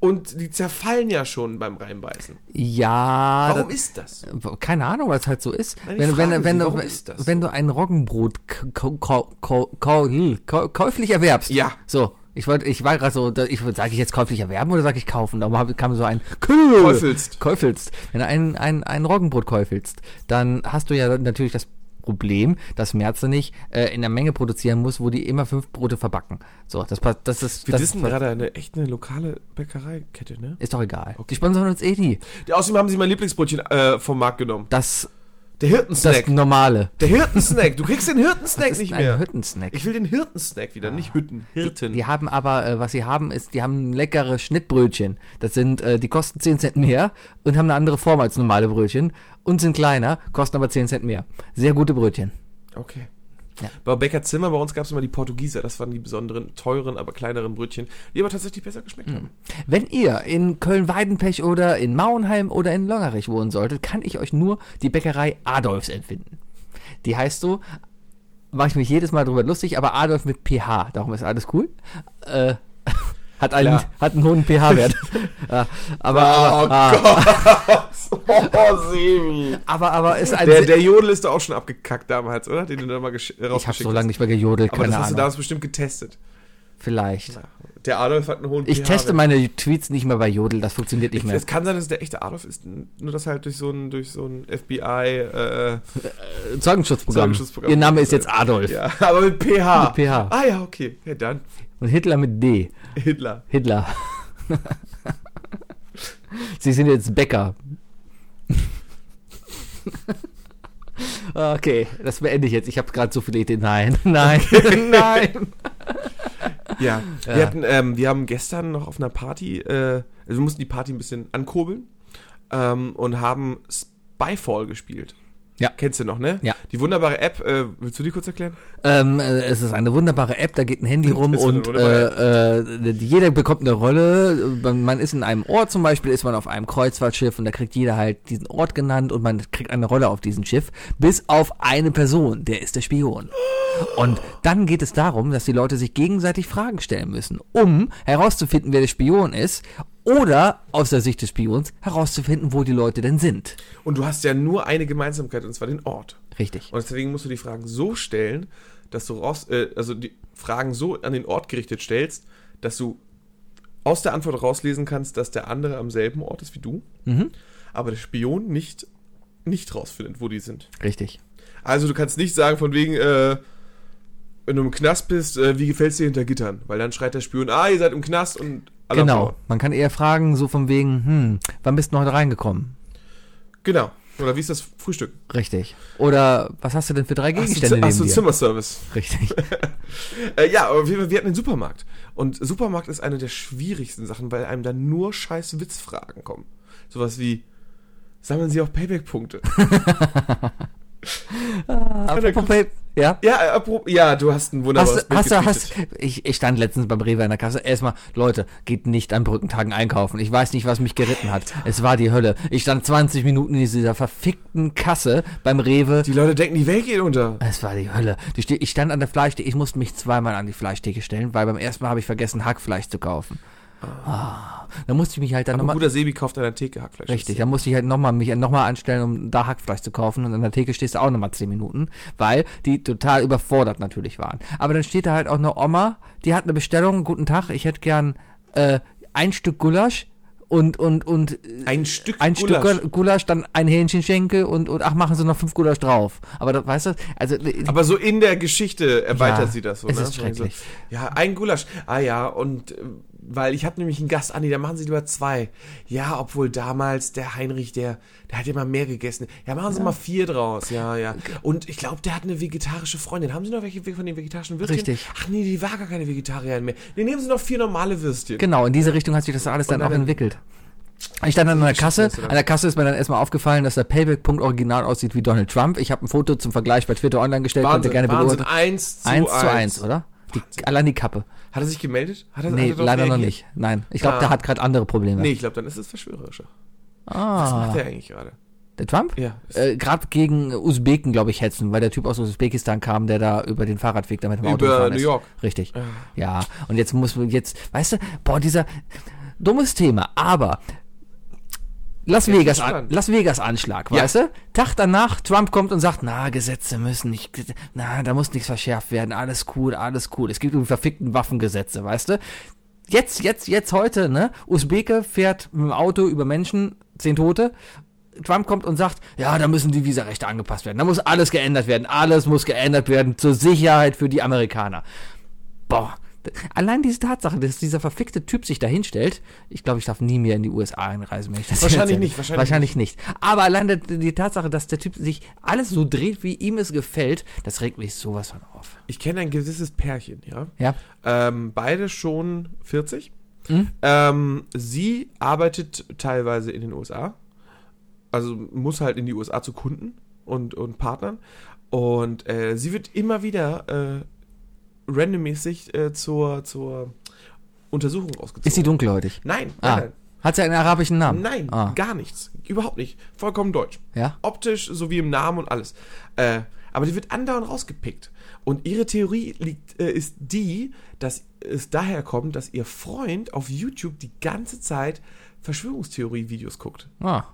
Speaker 2: und die zerfallen ja schon beim Reinbeißen.
Speaker 3: Ja,
Speaker 2: Warum
Speaker 3: Ah, das-
Speaker 2: ist das?
Speaker 3: keine Ahnung, weil es halt so ist.
Speaker 2: Nein, ich
Speaker 3: wenn, wenn,
Speaker 2: frage
Speaker 3: wenn,
Speaker 2: Sie,
Speaker 3: du,
Speaker 2: warum
Speaker 3: wenn,
Speaker 2: ist das
Speaker 3: du ein Roggenbrot k- k- k- k- k- k- käuflich erwerbst.
Speaker 2: Ja.
Speaker 3: So, ich wollte, ich war gerade so, da- ich sage ich jetzt käuflich erwerben oder sage ich kaufen? Da hab- kam so ein Käufelst.
Speaker 2: Käufelst.
Speaker 3: Käufelst. Wenn du ein, ein, ein Roggenbrot käufelst, dann hast du ja natürlich das Problem, dass Merze nicht äh, in der Menge produzieren muss, wo die immer fünf Brote verbacken. So, das passt, das ist,
Speaker 2: Wir
Speaker 3: das
Speaker 2: wissen gerade eine echt eine lokale Bäckereikette, ne?
Speaker 3: ist doch egal. Die sponsern uns eh nie.
Speaker 2: Die- Außerdem haben sie mein Lieblingsbrötchen äh, vom Markt genommen.
Speaker 3: Das,
Speaker 2: Der
Speaker 3: das
Speaker 2: Hirtensnack.
Speaker 3: Normale.
Speaker 2: Der Hirtensnack. Du kriegst den Hirtensnack
Speaker 3: ist
Speaker 2: nicht
Speaker 3: ein Ah.
Speaker 2: mehr.
Speaker 3: Hüttensnack.
Speaker 2: Ich will den Hirtensnack wieder, nicht Hütten. Hirten.
Speaker 3: Die haben aber, äh, was sie haben, ist, die haben leckere Schnittbrötchen. Das sind, äh, die kosten 10 Cent mehr und haben eine andere Form als normale Brötchen und sind kleiner, kosten aber 10 Cent mehr. Sehr gute Brötchen.
Speaker 2: Okay.
Speaker 3: Ja.
Speaker 2: Bei Bäcker Zimmer, bei uns gab es immer die Portugieser. Das waren die besonderen, teuren, aber kleineren Brötchen, die aber tatsächlich besser geschmeckt haben.
Speaker 3: Wenn ihr in Köln-Weidenpech oder in Mauenheim oder in Longerich wohnen solltet, kann ich euch nur die Bäckerei Adolfs empfinden. Die heißt so, mache ich mich jedes Mal drüber lustig, aber Adolf mit pH, darum ist alles cool. Äh, hat, einen,
Speaker 2: Klar.
Speaker 3: hat einen hohen pH-Wert. ja, aber, aber, ah, Hm.
Speaker 2: Oh, Sebi.
Speaker 3: aber, aber ist ein
Speaker 2: Der,
Speaker 3: sehr-
Speaker 2: der Jodel ist da auch schon abgekackt damals, oder? Den du da mal gesch-
Speaker 3: Also, Ich
Speaker 2: äh,
Speaker 3: habe
Speaker 2: rausgeschickt
Speaker 3: so lange
Speaker 2: hast.
Speaker 3: nicht mehr gejodelt,
Speaker 2: Aber das
Speaker 3: keine
Speaker 2: hast du
Speaker 3: Ahnung.
Speaker 2: damals bestimmt getestet.
Speaker 3: Vielleicht.
Speaker 2: Der Adolf hat einen hohen
Speaker 3: Ich
Speaker 2: pH-Wert.
Speaker 3: teste meine Tweets nicht mehr bei Jodel, das funktioniert nicht mehr.
Speaker 2: Es kann sein, dass es der echte Adolf ist, nur dass halt durch so ein, durch so ein FBI, äh,
Speaker 3: Zeugenschutzprogramm.
Speaker 2: Zeugenschutzprogramm.
Speaker 3: Ihr Name ist jetzt Adolf
Speaker 2: ja, aber mit PH.
Speaker 3: Mit PH.
Speaker 2: Ah ja, okay. Ja, dann.
Speaker 3: und Hitler mit D.
Speaker 2: Hitler.
Speaker 3: Hitler. Sie sind jetzt Bäcker. Okay, das beende ich jetzt. Ich habe gerade so viele Ideen. Nein, nein, nein.
Speaker 2: Ja.
Speaker 3: Ja.
Speaker 2: Wir, hatten, ähm, wir haben gestern noch auf einer Party, äh, also wir mussten die Party ein bisschen ankurbeln ähm, und haben Spyfall gespielt.
Speaker 3: Ja.
Speaker 2: Kennst du noch, ne?
Speaker 3: Ja.
Speaker 2: Die wunderbare App, äh, willst du die kurz erklären?
Speaker 3: Ähm, äh, es ist eine wunderbare App, da geht ein Handy rum
Speaker 2: Ist eine
Speaker 3: und äh,
Speaker 2: wunderbare
Speaker 3: äh, jeder bekommt eine Rolle. Man, man ist in einem Ort zum Beispiel, ist man auf einem Kreuzfahrtschiff und da kriegt jeder halt diesen Ort genannt und man kriegt eine Rolle auf diesem Schiff, bis auf eine Person, der ist der Spion. Und dann geht es darum, dass die Leute sich gegenseitig Fragen stellen müssen, um herauszufinden, wer der Spion ist oder aus der Sicht des Spions herauszufinden, wo die Leute denn sind.
Speaker 2: Und du hast ja nur eine Gemeinsamkeit, und zwar den Ort.
Speaker 3: Richtig.
Speaker 2: Und deswegen musst du die Fragen so stellen, dass du raus, äh, also die Fragen so an den Ort gerichtet stellst, dass du aus der Antwort rauslesen kannst, dass der andere am selben Ort ist wie du,
Speaker 3: Mhm.
Speaker 2: aber der Spion nicht, nicht rausfindet, wo die sind.
Speaker 3: Richtig.
Speaker 2: Also du kannst nicht sagen von wegen, äh, wenn du im Knast bist, äh, wie gefällt's dir hinter Gittern? Weil dann schreit der Spion, ah, ihr seid im Knast und alle am
Speaker 3: Genau.
Speaker 2: Schauen.
Speaker 3: Man kann eher fragen, so von wegen, hm, wann bist du heute reingekommen?
Speaker 2: Genau. Oder wie ist das Frühstück?
Speaker 3: Richtig. Oder was hast du denn für drei Gegenstände
Speaker 2: hast du
Speaker 3: neben dir?
Speaker 2: Zimmerservice?
Speaker 3: Richtig.
Speaker 2: Äh, ja, aber wir, wir hatten den Supermarkt. Und Supermarkt ist eine der schwierigsten Sachen, weil einem da nur scheiß Witzfragen kommen. Sowas wie, sammeln Sie auch Payback-Punkte?
Speaker 3: Apropos Pay- ja.
Speaker 2: ja, äh, apro- ja, du hast ein wunderbares
Speaker 3: Hast, du- hast, du-
Speaker 2: getweetet.
Speaker 3: hast, ich, ich stand letztens beim Rewe in der Kasse. Erstmal, Leute, geht nicht an Brückentagen einkaufen. Ich weiß nicht, was mich geritten hat. Es war die Hölle. Ich stand 20 Minuten in dieser verfickten Kasse beim Rewe.
Speaker 2: Die Leute denken, die Welt geht unter.
Speaker 3: Es war die Hölle. Die Ste- Ich stand an der Fleischtheke. Ich musste mich zweimal an die Fleischtheke stellen, weil beim ersten Mal habe ich vergessen, Hackfleisch zu kaufen. Ah, da musste ich mich halt dann
Speaker 2: Ein
Speaker 3: nochmal.
Speaker 2: guter Sebi kauft an der Theke Hackfleisch.
Speaker 3: Richtig, da musste ich halt nochmal mich nochmal anstellen, um da Hackfleisch zu kaufen und an der Theke stehst du auch nochmal 10 Minuten, weil die total überfordert natürlich waren. Aber dann steht da halt auch eine Oma, die hat eine Bestellung, guten Tag, ich hätte gern äh, ein Stück Gulasch und und und äh,
Speaker 2: Ein Stück
Speaker 3: ein
Speaker 2: Gulasch.
Speaker 3: Stück Gulasch, dann ein Hähnchenschenkel und und ach machen sie noch fünf Gulasch drauf. Aber da, weißt du, also äh,
Speaker 2: Aber so in der Geschichte erweitert
Speaker 3: Ja,
Speaker 2: sie das so.
Speaker 3: es
Speaker 2: ne?
Speaker 3: ist
Speaker 2: So, so,
Speaker 3: schrecklich.
Speaker 2: Ja, ein Gulasch. Ah ja, und äh, weil ich habe nämlich einen Gast, Andi, da machen sie lieber zwei. Ja, obwohl damals der Heinrich, der, der hat immer mehr gegessen. Ja, machen sie mal vier draus. Ja, ja. Und ich glaube, der hat eine vegetarische Freundin. Haben Sie noch welche von den vegetarischen Würstchen?
Speaker 3: Richtig.
Speaker 2: Ach nee, die war gar keine Vegetarierin mehr. Nee, nehmen Sie noch vier normale Würstchen.
Speaker 3: Genau, in diese Richtung hat sich das alles dann
Speaker 2: dann-
Speaker 3: auch entwickelt. Ich stand dann an der Kasse.
Speaker 2: Geschichte,
Speaker 3: An der Kasse ist mir dann erstmal aufgefallen, dass der Payback-Punkt original aussieht wie Donald Trump. Ich habe ein Foto zum Vergleich bei Twitter online gestellt, könnt ihr gerne
Speaker 2: Wahnsinn.
Speaker 3: beurteilen.
Speaker 2: Eins zu
Speaker 3: 1
Speaker 2: eins. Also
Speaker 3: zu 1, oder? Die, allein die Kappe.
Speaker 2: Hat er sich gemeldet? Hat er, hat
Speaker 3: Nee,
Speaker 2: er darauf
Speaker 3: leider noch
Speaker 2: reagiert?
Speaker 3: nicht. Nein, ich glaube,
Speaker 2: Ah.
Speaker 3: der hat gerade andere Probleme.
Speaker 2: Nee, ich glaube, dann ist es verschwörerischer. Was
Speaker 3: ah,
Speaker 2: macht er eigentlich gerade?
Speaker 3: der Trump?
Speaker 2: Ja.
Speaker 3: Äh, gerade gegen Usbeken, glaube ich, hetzen, weil der Typ aus Usbekistan kam, der da über den Fahrradweg damit im Auto
Speaker 2: Über
Speaker 3: gefahren
Speaker 2: New
Speaker 3: ist.
Speaker 2: York.
Speaker 3: Richtig. Ja, und jetzt muss man jetzt, weißt du, boah, dieser dummes Thema, aber Las Vegas, an,
Speaker 2: spannend.
Speaker 3: Las Vegas Anschlag,
Speaker 2: Ja.
Speaker 3: weißt du? Tag danach, Trump kommt und sagt, na, Gesetze müssen nicht, na, da muss nichts verschärft werden, alles cool, alles cool. Es gibt die verfickten Waffengesetze, weißt du? Jetzt, jetzt, jetzt heute, ne? Usbeke fährt mit dem Auto über Menschen, zehn Tote. Trump kommt und sagt, ja, da müssen die Visarechte angepasst werden, da muss alles geändert werden, alles muss geändert werden zur Sicherheit für die Amerikaner. Boah. D- Allein diese Tatsache, dass dieser verfickte Typ sich dahinstellt, ich glaube, ich darf nie mehr in die USA einreisen, wenn ich das hier
Speaker 2: Wahrscheinlich
Speaker 3: erzähle.
Speaker 2: nicht, wahrscheinlich
Speaker 3: wahrscheinlich nicht. Aber allein die, die Tatsache, dass der Typ sich alles so dreht, wie ihm es gefällt, das regt mich sowas von auf.
Speaker 2: Ich kenne ein gewisses Pärchen, ja.
Speaker 3: Ja,
Speaker 2: Ähm, beide schon 40.
Speaker 3: Hm?
Speaker 2: Ähm, sie arbeitet teilweise in den USA. Also muss halt in die USA zu Kunden und, und Partnern. Und äh, sie wird immer wieder äh, randommäßig äh, zur, zur Untersuchung ausgezogen.
Speaker 3: ist sie dunkelhäutig?
Speaker 2: Nein,
Speaker 3: Ah,
Speaker 2: nein,
Speaker 3: hat sie einen arabischen Namen?
Speaker 2: nein, nein
Speaker 3: Ah,
Speaker 2: gar nichts. Überhaupt nicht. Vollkommen deutsch.
Speaker 3: ja.
Speaker 2: optisch sowie im Namen und alles. Äh, aber die wird andauernd rausgepickt. Und ihre Theorie liegt, äh, ist die, dass es daher kommt, dass ihr Freund auf YouTube die ganze Zeit Verschwörungstheorie-Videos guckt.
Speaker 3: Ah,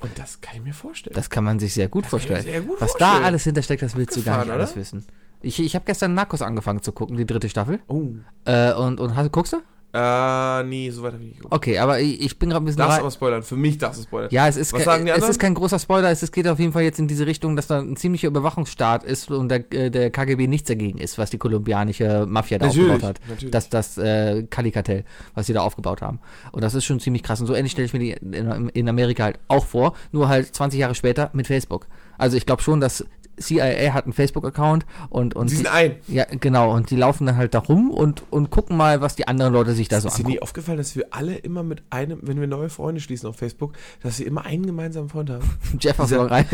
Speaker 2: Und das kann ich mir vorstellen.
Speaker 3: das kann man sich sehr gut
Speaker 2: ich mir
Speaker 3: vorstellen.
Speaker 2: sehr gut
Speaker 3: Was
Speaker 2: vorstellen.
Speaker 3: da alles hintersteckt, das willst du gar
Speaker 2: Abgefahren,
Speaker 3: nicht alles
Speaker 2: oder?
Speaker 3: wissen. Ich, ich habe gestern Narcos angefangen zu gucken, die dritte Staffel.
Speaker 2: oh.
Speaker 3: Äh, und, und hast, guckst du?
Speaker 2: Äh, nee, so weit habe ich nicht geguckt.
Speaker 3: Okay, aber ich, ich bin gerade ein bisschen
Speaker 2: Darfst
Speaker 3: rei-
Speaker 2: aber spoilern. Für mich darfst du spoilern.
Speaker 3: Oh, Ja, es ist,
Speaker 2: Was
Speaker 3: ke-
Speaker 2: sagen die
Speaker 3: es
Speaker 2: anderen?
Speaker 3: ist kein großer Spoiler, es ist- geht auf jeden Fall jetzt in diese Richtung, dass da ein ziemlicher Überwachungsstaat ist und der, äh, der KGB nichts dagegen ist, was die kolumbianische Mafia da
Speaker 2: Natürlich,
Speaker 3: aufgebaut hat.
Speaker 2: natürlich.
Speaker 3: Das, das äh, Kali-Kartell, was sie da aufgebaut haben. Und das ist schon ziemlich krass. Und so ähnlich stelle ich mir die in, in Amerika halt auch vor, nur halt 20 Jahre später mit Facebook. Also ich glaube schon, dass CIA hat einen Facebook-Account und, und
Speaker 2: Sie
Speaker 3: die,
Speaker 2: sind ein.
Speaker 3: ja, genau, und die laufen dann halt da rum und, und gucken mal, was die anderen Leute sich da so
Speaker 2: Ist dir
Speaker 3: angucken.
Speaker 2: nie aufgefallen, dass wir alle immer mit einem, wenn wir neue Freunde schließen auf Facebook, dass wir immer einen gemeinsamen Freund haben?
Speaker 3: Jeff aus rein.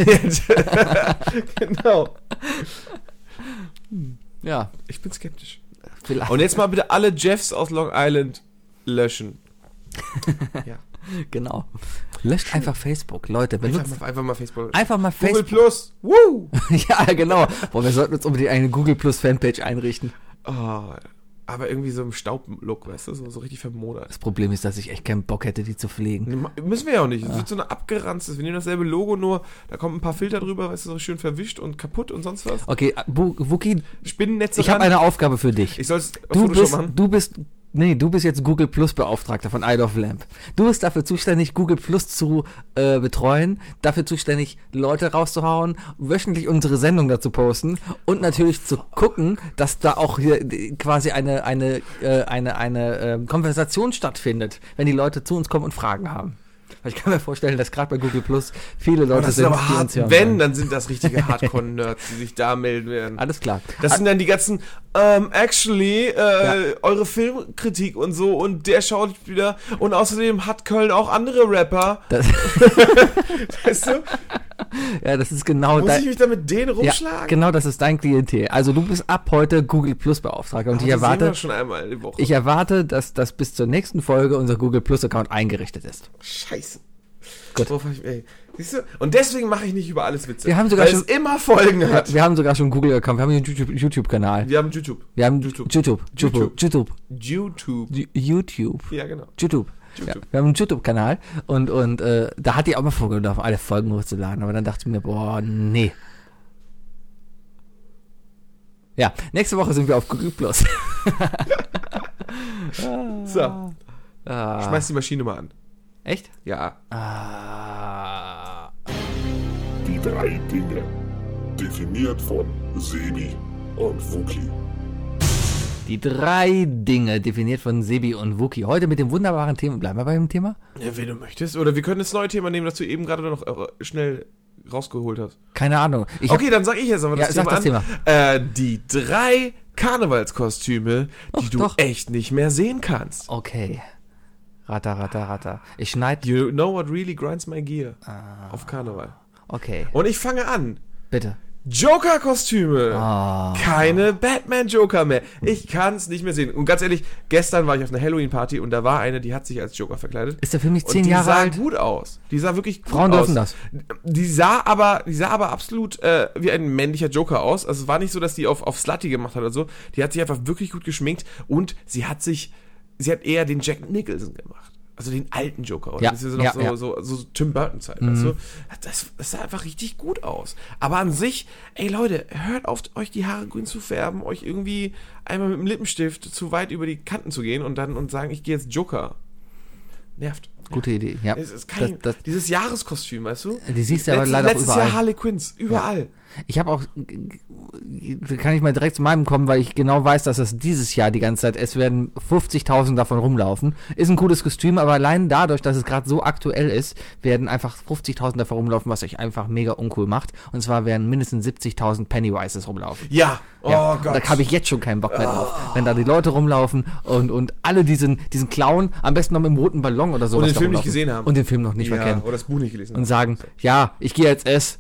Speaker 2: genau.
Speaker 3: ja,
Speaker 2: Ich bin skeptisch.
Speaker 3: vielleicht.
Speaker 2: Und jetzt mal bitte alle Jeffs aus Long Island löschen. ja.
Speaker 3: Genau. Löscht einfach Facebook, Leute. Benutzt
Speaker 2: Einfach, mal- einfach mal Facebook.
Speaker 3: einfach mal
Speaker 2: Google
Speaker 3: Facebook.
Speaker 2: Plus. Woo!
Speaker 3: ja, genau. Boah, wir sollten uns unbedingt eine Google Plus Fanpage einrichten.
Speaker 2: Oh, aber irgendwie so im Staublook, weißt du, so, so richtig vermodert.
Speaker 3: Das Problem ist, dass ich echt keinen Bock hätte, die zu pflegen.
Speaker 2: Ne, ma- Müssen wir ja auch nicht. Es wird so eine abgeranztes. Wir nehmen dasselbe Logo, nur da kommen ein paar Filter drüber, weißt du, so schön verwischt und kaputt und sonst was.
Speaker 3: Okay, äh, Bu- Wookie,
Speaker 2: Spinnennetze
Speaker 3: ich habe eine Aufgabe für dich.
Speaker 2: Ich soll es
Speaker 3: Du bist, du bist, nee, du bist jetzt Google Plus Beauftragter von Isle of Lamp. Du bist dafür zuständig, Google Plus zu äh, betreuen, dafür zuständig, Leute rauszuhauen, wöchentlich unsere Sendung dazu posten und natürlich zu gucken, dass da auch hier äh, quasi eine, eine, äh, eine, eine ähm, Konversation stattfindet, wenn die Leute zu uns kommen und Fragen haben. Weil Ich kann mir vorstellen, dass gerade bei Google Plus viele
Speaker 2: Aber
Speaker 3: Leute
Speaker 2: das ist
Speaker 3: sind,
Speaker 2: aber
Speaker 3: die
Speaker 2: hart.
Speaker 3: uns hören
Speaker 2: Wenn,
Speaker 3: wollen.
Speaker 2: dann sind das richtige Hardcore-Nerds, die sich da melden werden.
Speaker 3: Alles klar.
Speaker 2: Das sind dann die ganzen, ähm, actually, äh, eure Filmkritik und so und der Schauspieler und außerdem hat Köln auch andere Rapper.
Speaker 3: Das,
Speaker 2: Weißt du,
Speaker 3: ja, das ist genau
Speaker 2: muss
Speaker 3: dein.
Speaker 2: ich mich da mit denen rumschlagen?
Speaker 3: Ja, genau, das ist dein Klientel. Also du bist ab heute Google Plus Beauftragter und
Speaker 2: Aber
Speaker 3: ich
Speaker 2: das sehen wir
Speaker 3: erwarte,
Speaker 2: schon einmal die Woche.
Speaker 3: ich erwarte, dass das bis zur nächsten Folge unser Google Plus Account eingerichtet ist.
Speaker 2: Scheiße.
Speaker 3: Gut.
Speaker 2: Worauf hab ich, ey, siehst du? Und deswegen mache ich nicht über alles Witze.
Speaker 3: Wir haben sogar
Speaker 2: weil
Speaker 3: schon-
Speaker 2: es immer Folgen
Speaker 3: Ja,
Speaker 2: hat.
Speaker 3: wir haben sogar schon einen Google Account, wir haben einen YouTube- YouTube-Kanal.
Speaker 2: Wir haben YouTube.
Speaker 3: wir haben
Speaker 2: YouTube.
Speaker 3: YouTube, YouTube,
Speaker 2: YouTube.
Speaker 3: YouTube, YouTube,
Speaker 2: YouTube.
Speaker 3: YouTube.
Speaker 2: Ja, genau.
Speaker 3: YouTube. Ja,
Speaker 2: YouTube.
Speaker 3: wir haben einen YouTube-Kanal und, und äh, da hat die auch mal vorgenommen, alle Folgen hochzuladen. Aber dann dachte ich mir, boah, nee. Ja, nächste Woche sind wir auf Google Plus.
Speaker 2: So,
Speaker 3: Ah,
Speaker 2: schmeiß die Maschine mal an.
Speaker 3: echt?
Speaker 2: Ja.
Speaker 3: Ah.
Speaker 4: Die drei Dinge. Definiert von Sebi und Wookie.
Speaker 3: Die drei Dinge, definiert von Sebi und Wookie. Heute mit dem wunderbaren Thema. Bleiben wir bei dem Thema?
Speaker 2: ja. Wenn du möchtest. Oder wir können das neue Thema nehmen, das du eben gerade noch äh, schnell rausgeholt hast.
Speaker 3: Keine Ahnung. Ich hab-
Speaker 2: Okay, dann sag ich jetzt aber das
Speaker 3: Ja,
Speaker 2: Thema
Speaker 3: sag das
Speaker 2: an. Äh, die drei Karnevalskostüme, die du
Speaker 3: doch. Oh.
Speaker 2: echt nicht mehr sehen kannst.
Speaker 3: okay. Ratter, ratter, ratter. Ich schneide.
Speaker 2: You know what really grinds my gear
Speaker 3: Ah.
Speaker 2: auf Karneval.
Speaker 3: Okay,
Speaker 2: Und ich fange an.
Speaker 3: bitte.
Speaker 2: Joker-Kostüme.
Speaker 3: Ah.
Speaker 2: Keine Batman-Joker mehr. Ich kann es nicht mehr sehen. Und ganz ehrlich, gestern war ich auf einer Halloween-Party und da war eine, die hat sich als Joker verkleidet.
Speaker 3: Ist der Film nicht
Speaker 2: Und
Speaker 3: zehn
Speaker 2: die
Speaker 3: Jahre
Speaker 2: sah
Speaker 3: alt?
Speaker 2: gut aus. Die sah wirklich gut
Speaker 3: Frauen
Speaker 2: aus.
Speaker 3: dürfen das.
Speaker 2: Die sah aber, die sah aber absolut äh, wie ein männlicher Joker aus. Also es war nicht so, dass die auf, auf Slutty gemacht hat oder so. Die hat sich einfach wirklich gut geschminkt und sie hat sich, sie hat eher den Jack Nicholson gemacht. Also den alten Joker, oder?
Speaker 3: Ja,
Speaker 2: Das ist noch
Speaker 3: ja,
Speaker 2: so,
Speaker 3: ja. Mhm.
Speaker 2: so, so Tim Burton-Zeit. weißt du? Das, das sah einfach richtig gut aus. Aber an sich, ey Leute, hört auf, euch die Haare grün zu färben, euch irgendwie einmal mit dem Lippenstift zu weit über die Kanten zu gehen und dann und sagen, ich gehe jetzt Joker. Nervt.
Speaker 3: Gute Idee. Ja.
Speaker 2: Es ist kein,
Speaker 3: Das- das-
Speaker 2: dieses Jahreskostüm, weißt du?
Speaker 3: Die siehst du aber
Speaker 2: Letztes-
Speaker 3: leider auch
Speaker 2: Letztes
Speaker 3: überall.
Speaker 2: Jahr Harley Quinns, überall.
Speaker 3: Ich habe auch, kann ich mal direkt zu meinem kommen, weil ich genau weiß, dass das dieses Jahr die ganze Zeit, es werden 50.000 davon rumlaufen. Ist ein cooles Kostüm, aber allein dadurch, dass es gerade so aktuell ist, werden einfach 50.000 davon rumlaufen, was euch einfach mega uncool macht. Und zwar werden mindestens 70.000 Pennywises rumlaufen.
Speaker 2: Ja. Oh
Speaker 3: Ja, und
Speaker 2: Gott. Ah.
Speaker 3: Da habe ich jetzt schon keinen Bock mehr drauf. Wenn da die Leute rumlaufen und, und alle diesen, diesen Clown, am besten noch mit dem roten Ballon oder so.
Speaker 2: den Film nicht gesehen haben.
Speaker 3: Und den Film noch nicht
Speaker 2: ja,
Speaker 3: mal kennen.
Speaker 2: Oder das Buch nicht gelesen.
Speaker 3: Und sagen, ja, ich gehe als S.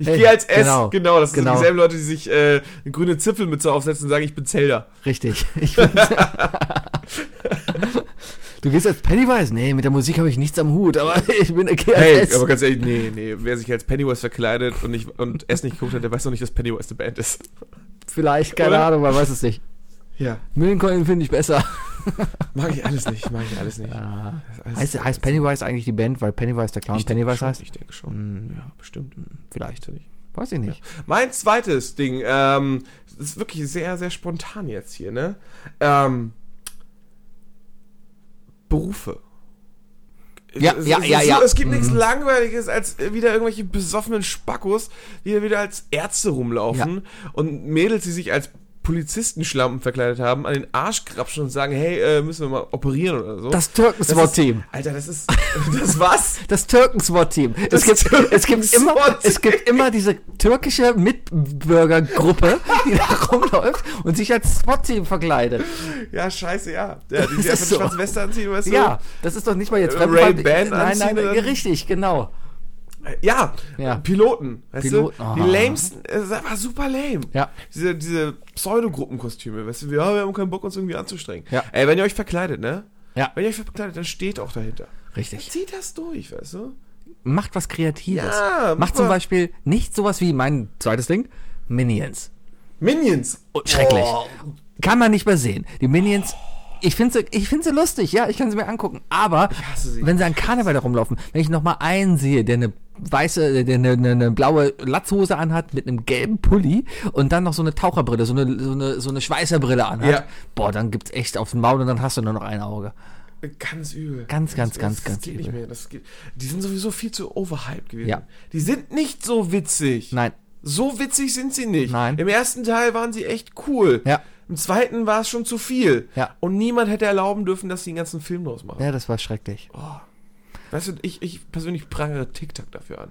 Speaker 2: ich
Speaker 3: Ey,
Speaker 2: gehe als S, genau,
Speaker 3: genau,
Speaker 2: das sind
Speaker 3: genau.
Speaker 2: dieselben Leute, die sich äh, eine grüne Zipfelmütze aufsetzen und sagen, ich bin Zelda.
Speaker 3: Richtig. Ich bin's. du gehst als Pennywise? Nee, mit der Musik habe ich nichts am Hut, aber ich bin okay als
Speaker 2: Hey,
Speaker 3: S.
Speaker 2: aber ganz ehrlich, nee, nee, wer sich als Pennywise verkleidet und, nicht, und S nicht geguckt hat, der weiß noch nicht, dass Pennywise eine Band ist.
Speaker 3: Vielleicht, keine
Speaker 2: Oder?
Speaker 3: Ahnung, man weiß es nicht.
Speaker 2: Ja,
Speaker 3: Millencoin finde ich besser.
Speaker 2: mag ich alles nicht, mag ich alles nicht. Alles-
Speaker 3: Heißt, heißt Pennywise eigentlich die Band, weil Pennywise der Clown
Speaker 2: ich denke
Speaker 3: Pennywise
Speaker 2: schon,
Speaker 3: heißt?
Speaker 2: Ich denke schon. Hm, Ja, bestimmt.
Speaker 3: Vielleicht.
Speaker 2: Natürlich.
Speaker 3: Weiß ich nicht.
Speaker 2: Mein zweites Ding, ähm, das ist wirklich sehr, sehr spontan jetzt hier, ne? Ähm, Berufe.
Speaker 3: Ja,
Speaker 2: es,
Speaker 3: ja,
Speaker 2: es
Speaker 3: ja,
Speaker 2: ist
Speaker 3: ja. Mhm.
Speaker 2: So, es gibt nichts Langweiliges, als wieder irgendwelche besoffenen Spackos, die wieder als Ärzte rumlaufen und Mädels, die sich als Polizistenschlampen verkleidet haben, an den Arsch krapschen und sagen, hey, äh, müssen wir mal operieren oder so.
Speaker 3: Das
Speaker 2: ist-
Speaker 3: Türken-SWAT-Team.
Speaker 2: Alter, das ist, das was?
Speaker 3: Das Türken-SWAT-Team. Es
Speaker 2: Das
Speaker 3: gibt, es, gibt
Speaker 2: Türken-SWAT-Team.
Speaker 3: immer, es gibt immer diese türkische Mitbürgergruppe, die da rumläuft und sich als SWAT-Team verkleidet.
Speaker 2: Ja, scheiße, ja. ja
Speaker 3: Das
Speaker 2: die sich
Speaker 3: ist
Speaker 2: einfach
Speaker 3: so.
Speaker 2: so. schwarz-Weste anziehen, weißt du?
Speaker 3: Ja, das ist doch nicht mal jetzt
Speaker 2: Äh,
Speaker 3: Fremdfall- Nein,
Speaker 2: Ray-Ban
Speaker 3: nein,
Speaker 2: anziehen
Speaker 3: nein,
Speaker 2: oder-
Speaker 3: richtig, genau.
Speaker 2: Ja,
Speaker 3: Ja.
Speaker 2: Piloten. Weißt
Speaker 3: Piloten,
Speaker 2: du?
Speaker 3: ah.
Speaker 2: Die lamesten, äh, es war super lame.
Speaker 3: Ja.
Speaker 2: Diese, diese Pseudogruppenkostüme, weißt du, "Ah, wir, ja, wir haben keinen Bock, uns irgendwie anzustrengen.
Speaker 3: Ja.
Speaker 2: Ey, wenn ihr euch verkleidet, ne?
Speaker 3: Ja.
Speaker 2: Wenn ihr euch verkleidet, dann steht auch dahinter.
Speaker 3: Richtig.
Speaker 2: Zieht das durch, weißt du?
Speaker 3: Macht was Kreatives.
Speaker 2: Ja,
Speaker 3: Macht zum
Speaker 2: super.
Speaker 3: Beispiel nicht sowas wie mein zweites Ding, Minions.
Speaker 2: Minions.
Speaker 3: Oh, schrecklich. Kann man nicht mehr sehen. Die Minions. Ich finde sie, ich find sie lustig, ja, ich kann sie mir angucken. Aber
Speaker 2: hasse sie.
Speaker 3: wenn sie an Karneval da rumlaufen, wenn ich nochmal einen sehe, der eine weiße, äh, der eine, eine, eine blaue Latzhose anhat mit einem gelben Pulli und dann noch so eine Taucherbrille, so eine, so eine, so eine Schweißerbrille anhat,
Speaker 2: Ja.
Speaker 3: boah, dann gibt's echt aufs Maul und dann hast du nur noch ein Auge.
Speaker 2: Ganz übel.
Speaker 3: Ganz, ganz, ganz,
Speaker 2: das
Speaker 3: ganz
Speaker 2: geht Nicht
Speaker 3: übel.
Speaker 2: mehr. Das geht, die sind sowieso viel zu overhyped gewesen.
Speaker 3: Ja.
Speaker 2: Die sind nicht so witzig.
Speaker 3: Nein.
Speaker 2: So witzig sind sie nicht.
Speaker 3: Nein.
Speaker 2: Im ersten Teil waren sie echt cool.
Speaker 3: Ja.
Speaker 2: Im zweiten war es schon zu viel.
Speaker 3: Ja.
Speaker 2: Und niemand hätte erlauben dürfen, dass sie den ganzen Film draus machen.
Speaker 3: Ja, das war schrecklich.
Speaker 2: Weißt du, ich, ich persönlich prangere TikTok dafür an.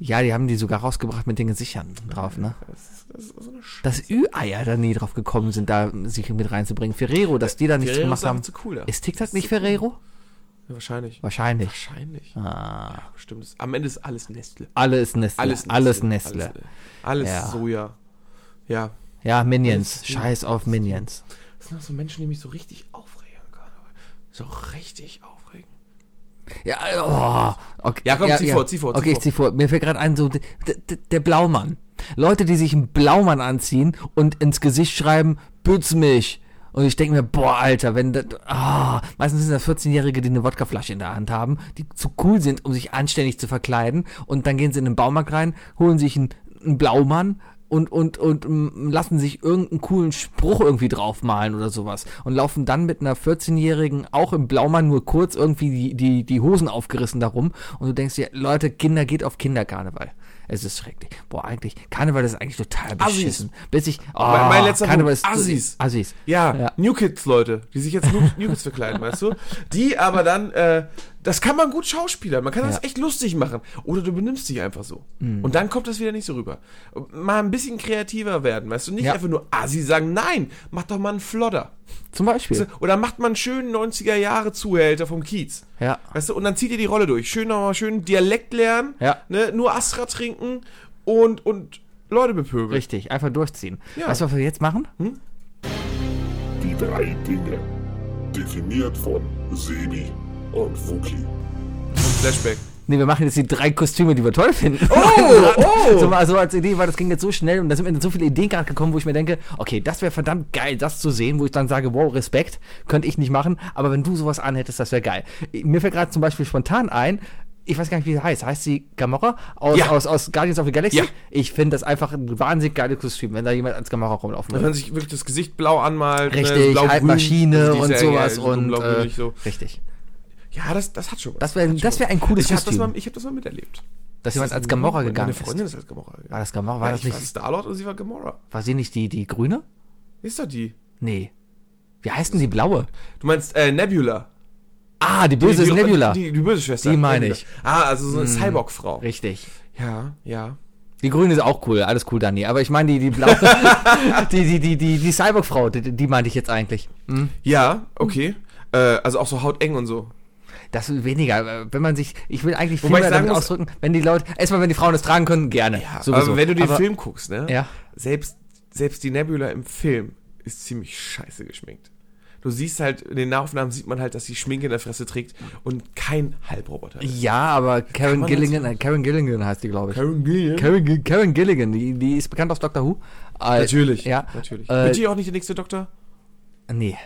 Speaker 3: Ja, die haben die sogar rausgebracht mit den Gesichern drauf, ne?
Speaker 2: Das ist, das ist so eine Sch
Speaker 3: Dass Ü-Eier da nie drauf gekommen sind, da sich mit reinzubringen. Ferrero, dass die da nichts
Speaker 2: Ferrero
Speaker 3: gemacht
Speaker 2: ist einfach
Speaker 3: haben.
Speaker 2: zu cool da.
Speaker 3: Ist TikTok nicht Ferrero?
Speaker 2: Ja, wahrscheinlich.
Speaker 3: Wahrscheinlich.
Speaker 2: Wahrscheinlich.
Speaker 3: Ah.
Speaker 2: Ja, bestimmt. Das- Am Ende ist alles Nestle.
Speaker 3: Alles Nestle.
Speaker 2: Alles
Speaker 3: Alles, alles Nestle.
Speaker 2: Alles, alles
Speaker 3: Ja.
Speaker 2: Soja. Ja.
Speaker 3: Ja, Minions.
Speaker 2: Alles
Speaker 3: Scheiß auf Minions.
Speaker 2: Das sind auch so Menschen, die mich so richtig aufregen können. So richtig aufregen.
Speaker 3: Ja, oh. okay.
Speaker 2: Ja, komm, zieh vor, zieh vor, zieh
Speaker 3: Okay, ich
Speaker 2: vor.
Speaker 3: zieh vor. Mir fällt gerade ein, so d- d- der Blaumann. Leute, die sich einen Blaumann anziehen und ins Gesicht schreiben, bütz mich. Und ich denke mir, boah, Alter, wenn das. ah, meistens sind das 14-Jährige, die eine Wodkaflasche in der Hand haben, die zu cool sind, um sich anständig zu verkleiden. Und dann gehen sie in den Baumarkt rein, holen sich einen, einen Blaumann und, und, und mm, lassen sich irgendeinen coolen Spruch irgendwie draufmalen oder sowas und laufen dann mit einer 14-Jährigen auch im Blaumann nur kurz irgendwie die, die, die Hosen aufgerissen darum und du denkst dir, Leute, Kinder geht auf Kinderkarneval. Es ist schrecklich. Boah, eigentlich, Karneval ist eigentlich total
Speaker 2: Assis.
Speaker 3: beschissen. Bis ich, oh,
Speaker 2: Mein- mein letzter
Speaker 3: Karneval
Speaker 2: Punkt, Assis.
Speaker 3: Assis.
Speaker 2: Ja,
Speaker 3: Ja.
Speaker 2: New Kids, Leute, die sich jetzt New, New Kids verkleiden, weißt du? Die aber dann, äh, das kann man gut schauspielern, man kann das
Speaker 3: Ja. Mhm.
Speaker 2: echt lustig machen. Oder du benimmst dich einfach so. Und dann kommt das wieder nicht so rüber. Mal ein bisschen kreativer werden, weißt du? Nicht
Speaker 3: Ja.
Speaker 2: einfach nur Assi sagen, nein, mach doch mal einen Flodder.
Speaker 3: Zum Beispiel.
Speaker 2: Oder macht man einen schönen 90er-Jahre-Zuhälter vom Kiez.
Speaker 3: Ja.
Speaker 2: Weißt du, und dann zieht ihr die Rolle durch. Schön nochmal schön Dialekt lernen,
Speaker 3: Ja.
Speaker 2: ne? nur Astra trinken und, und Leute bepöbeln.
Speaker 3: Richtig, einfach durchziehen.
Speaker 2: Ja.
Speaker 3: Weißt du, was wir jetzt machen?
Speaker 4: Die drei Dinge. Definiert von Sebi und Wookie.
Speaker 2: Flashback.
Speaker 3: Nee, wir machen jetzt die drei Kostüme, die wir toll finden.
Speaker 2: Oh, oh.
Speaker 3: So, mal so als Idee, weil das ging jetzt so schnell und da sind mir dann so viele Ideen gerade gekommen, wo ich mir denke, okay, das wäre verdammt geil, das zu sehen, wo ich dann sage, wow, Respekt, könnte ich nicht machen, aber wenn du sowas anhättest, das wäre geil. Mir fällt gerade zum Beispiel spontan ein, ich weiß gar nicht, wie sie heißt. Heißt sie Gamora aus,
Speaker 2: Ja.
Speaker 3: aus, aus Guardians of the Galaxy?
Speaker 2: Ja.
Speaker 3: Ich finde das einfach ein wahnsinnig geiles Kostüm, wenn da jemand als Gamora rumlaufen
Speaker 2: Wenn
Speaker 3: würde.
Speaker 2: man sich wirklich das Gesicht blau anmalt, ne,
Speaker 3: Richtig,
Speaker 2: blau-grün.
Speaker 3: halt Maschine
Speaker 2: Also die ist
Speaker 3: und
Speaker 2: ja
Speaker 3: sowas
Speaker 2: eher so
Speaker 3: und äh,
Speaker 2: blau-grünlich so.
Speaker 3: richtig.
Speaker 2: Ja, das, das hat schon was.
Speaker 3: Das wäre
Speaker 2: Hat schon
Speaker 3: das wär
Speaker 2: was.
Speaker 3: ein cooles
Speaker 2: ich hab das
Speaker 3: Kostüm,
Speaker 2: mal, Ich habe das mal miterlebt.
Speaker 3: dass jemand als Gamora
Speaker 2: Meine-
Speaker 3: gegangen
Speaker 2: Meine Freundin
Speaker 3: ist.
Speaker 2: ist als Gamora gegangen.
Speaker 3: War das Gamora? War
Speaker 2: Ja,
Speaker 3: das
Speaker 2: ich
Speaker 3: nicht,
Speaker 2: war Star-Lord und sie war Gamora.
Speaker 3: war sie nicht die, die Grüne?
Speaker 2: Ist doch die.
Speaker 3: Nee. Wie heißt denn die blaue?
Speaker 2: Du meinst äh, Nebula.
Speaker 3: Ah, die böse ist Nebula.
Speaker 2: Die, die, die böse Schwester.
Speaker 3: Die meine
Speaker 2: Nebula.
Speaker 3: ich. Hm.
Speaker 2: Ah, also so eine Cyborg-Frau.
Speaker 3: Richtig.
Speaker 2: Ja, ja.
Speaker 3: Die grüne ist auch cool, alles cool, Dani. Aber ich meine die, die blaue, die, die, die, die, die Cyborg-Frau, die, die meinte ich jetzt eigentlich. Hm?
Speaker 2: Ja, okay. Äh, also auch so hauteng und so.
Speaker 3: Das ist weniger, äh, wenn man sich, ich will eigentlich viel
Speaker 2: Wobei ich
Speaker 3: mehr
Speaker 2: sagen
Speaker 3: damit
Speaker 2: muss-
Speaker 3: ausdrücken, wenn die Leute, erstmal wenn die Frauen das tragen können, gerne. Ja,
Speaker 2: Aber wenn du den Film guckst, ne?
Speaker 3: Ja.
Speaker 2: Selbst, selbst die Nebula im Film ist ziemlich scheiße geschminkt. Du siehst halt, in den Nahaufnahmen sieht man halt, dass sie Schminke in der Fresse trägt und kein Halbroboter ist.
Speaker 3: Ja, aber Karen
Speaker 2: man
Speaker 3: Gilligan,
Speaker 2: das-
Speaker 3: äh, Karen Gilligan heißt die, glaube ich.
Speaker 2: Karen Gillian?
Speaker 3: Karen, Gi- Karen Gilligan, die, die ist bekannt aus Doctor Who. Äh,
Speaker 2: Natürlich.
Speaker 3: Ja.
Speaker 2: Natürlich.
Speaker 3: Äh,
Speaker 2: wird die auch nicht der nächste Doktor?
Speaker 3: nee.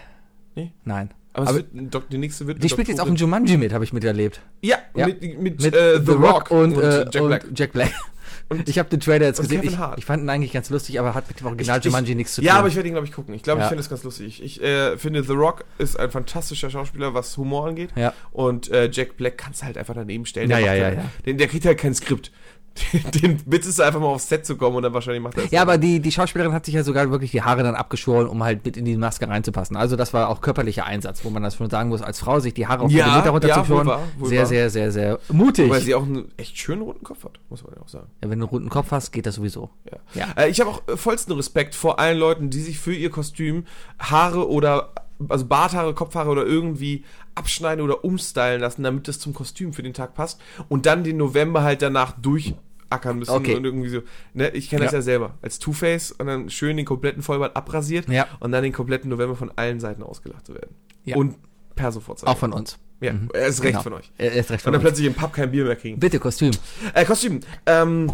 Speaker 2: Nee?
Speaker 3: Nein.
Speaker 2: Aber,
Speaker 3: Aber
Speaker 2: es wird, ein Dok- die nächste wird.
Speaker 3: die spielt jetzt auch in Jumanji mit, habe ich miterlebt.
Speaker 2: Ja,
Speaker 3: Ja.
Speaker 2: mit, mit,
Speaker 3: Mit
Speaker 2: äh,
Speaker 3: The Rock und, äh,
Speaker 2: Jack Black.
Speaker 3: Und Jack Black. ich habe den Trailer jetzt
Speaker 2: und
Speaker 3: gesehen.
Speaker 2: Kevin
Speaker 3: Ich,
Speaker 2: Hart.
Speaker 3: ich fand ihn eigentlich ganz lustig, aber hat mit dem Original
Speaker 2: Ich- ich-
Speaker 3: Jumanji nichts zu tun.
Speaker 2: Ja, aber ich werde ihn, glaube ich, gucken. Ich glaube,
Speaker 3: Ja.
Speaker 2: ich finde das ganz lustig. Ich äh, finde, The Rock ist ein fantastischer Schauspieler, was Humor angeht.
Speaker 3: Ja.
Speaker 2: Und äh, Jack Black kannst du halt einfach daneben stellen.
Speaker 3: Ja,
Speaker 2: der
Speaker 3: ja,
Speaker 2: macht
Speaker 3: ja,
Speaker 2: Den, der kriegt halt kein Skript. Den, den Witz ist einfach mal aufs Set zu kommen und dann wahrscheinlich macht er es.
Speaker 3: ja, aber die, die Schauspielerin hat sich ja sogar wirklich die Haare dann abgeschoren, um halt mit in die Maske reinzupassen. Also das war auch körperlicher Einsatz, wo man das schon sagen muss, als Frau sich die Haare auf
Speaker 2: Ja,
Speaker 3: den Meter runterzuschoren.
Speaker 2: ja, wohl wahr, wohl
Speaker 3: sehr,
Speaker 2: wahr.
Speaker 3: sehr, sehr, sehr mutig.
Speaker 2: Weil sie auch einen echt schönen roten Kopf hat, muss man ja auch sagen.
Speaker 3: ja, wenn du einen runden Kopf hast, geht das sowieso.
Speaker 2: Ja.
Speaker 3: Ja.
Speaker 2: Äh, ich habe auch äh, vollsten Respekt vor allen Leuten, die sich für ihr Kostüm Haare oder also Barthaare, Kopfhaare oder irgendwie abschneiden oder umstylen lassen, damit das zum Kostüm für den Tag passt und dann den November halt danach durchackern müssen
Speaker 3: Okay.
Speaker 2: und irgendwie so. Ne, ich kenne das
Speaker 3: Ja.
Speaker 2: ja selber. Als Two-Face und dann schön den kompletten Vollbart abrasiert
Speaker 3: Ja.
Speaker 2: und dann den kompletten November von allen Seiten ausgelacht zu werden.
Speaker 3: Ja.
Speaker 2: Und per sofort
Speaker 3: Auch von uns.
Speaker 2: Ja, er ist recht
Speaker 3: Genau.
Speaker 2: von euch.
Speaker 3: Er ist recht
Speaker 2: Und
Speaker 3: von
Speaker 2: dann
Speaker 3: uns.
Speaker 2: plötzlich im Pub kein Bier mehr kriegen.
Speaker 3: Bitte, Kostüm.
Speaker 2: Äh, Kostüm. Ähm,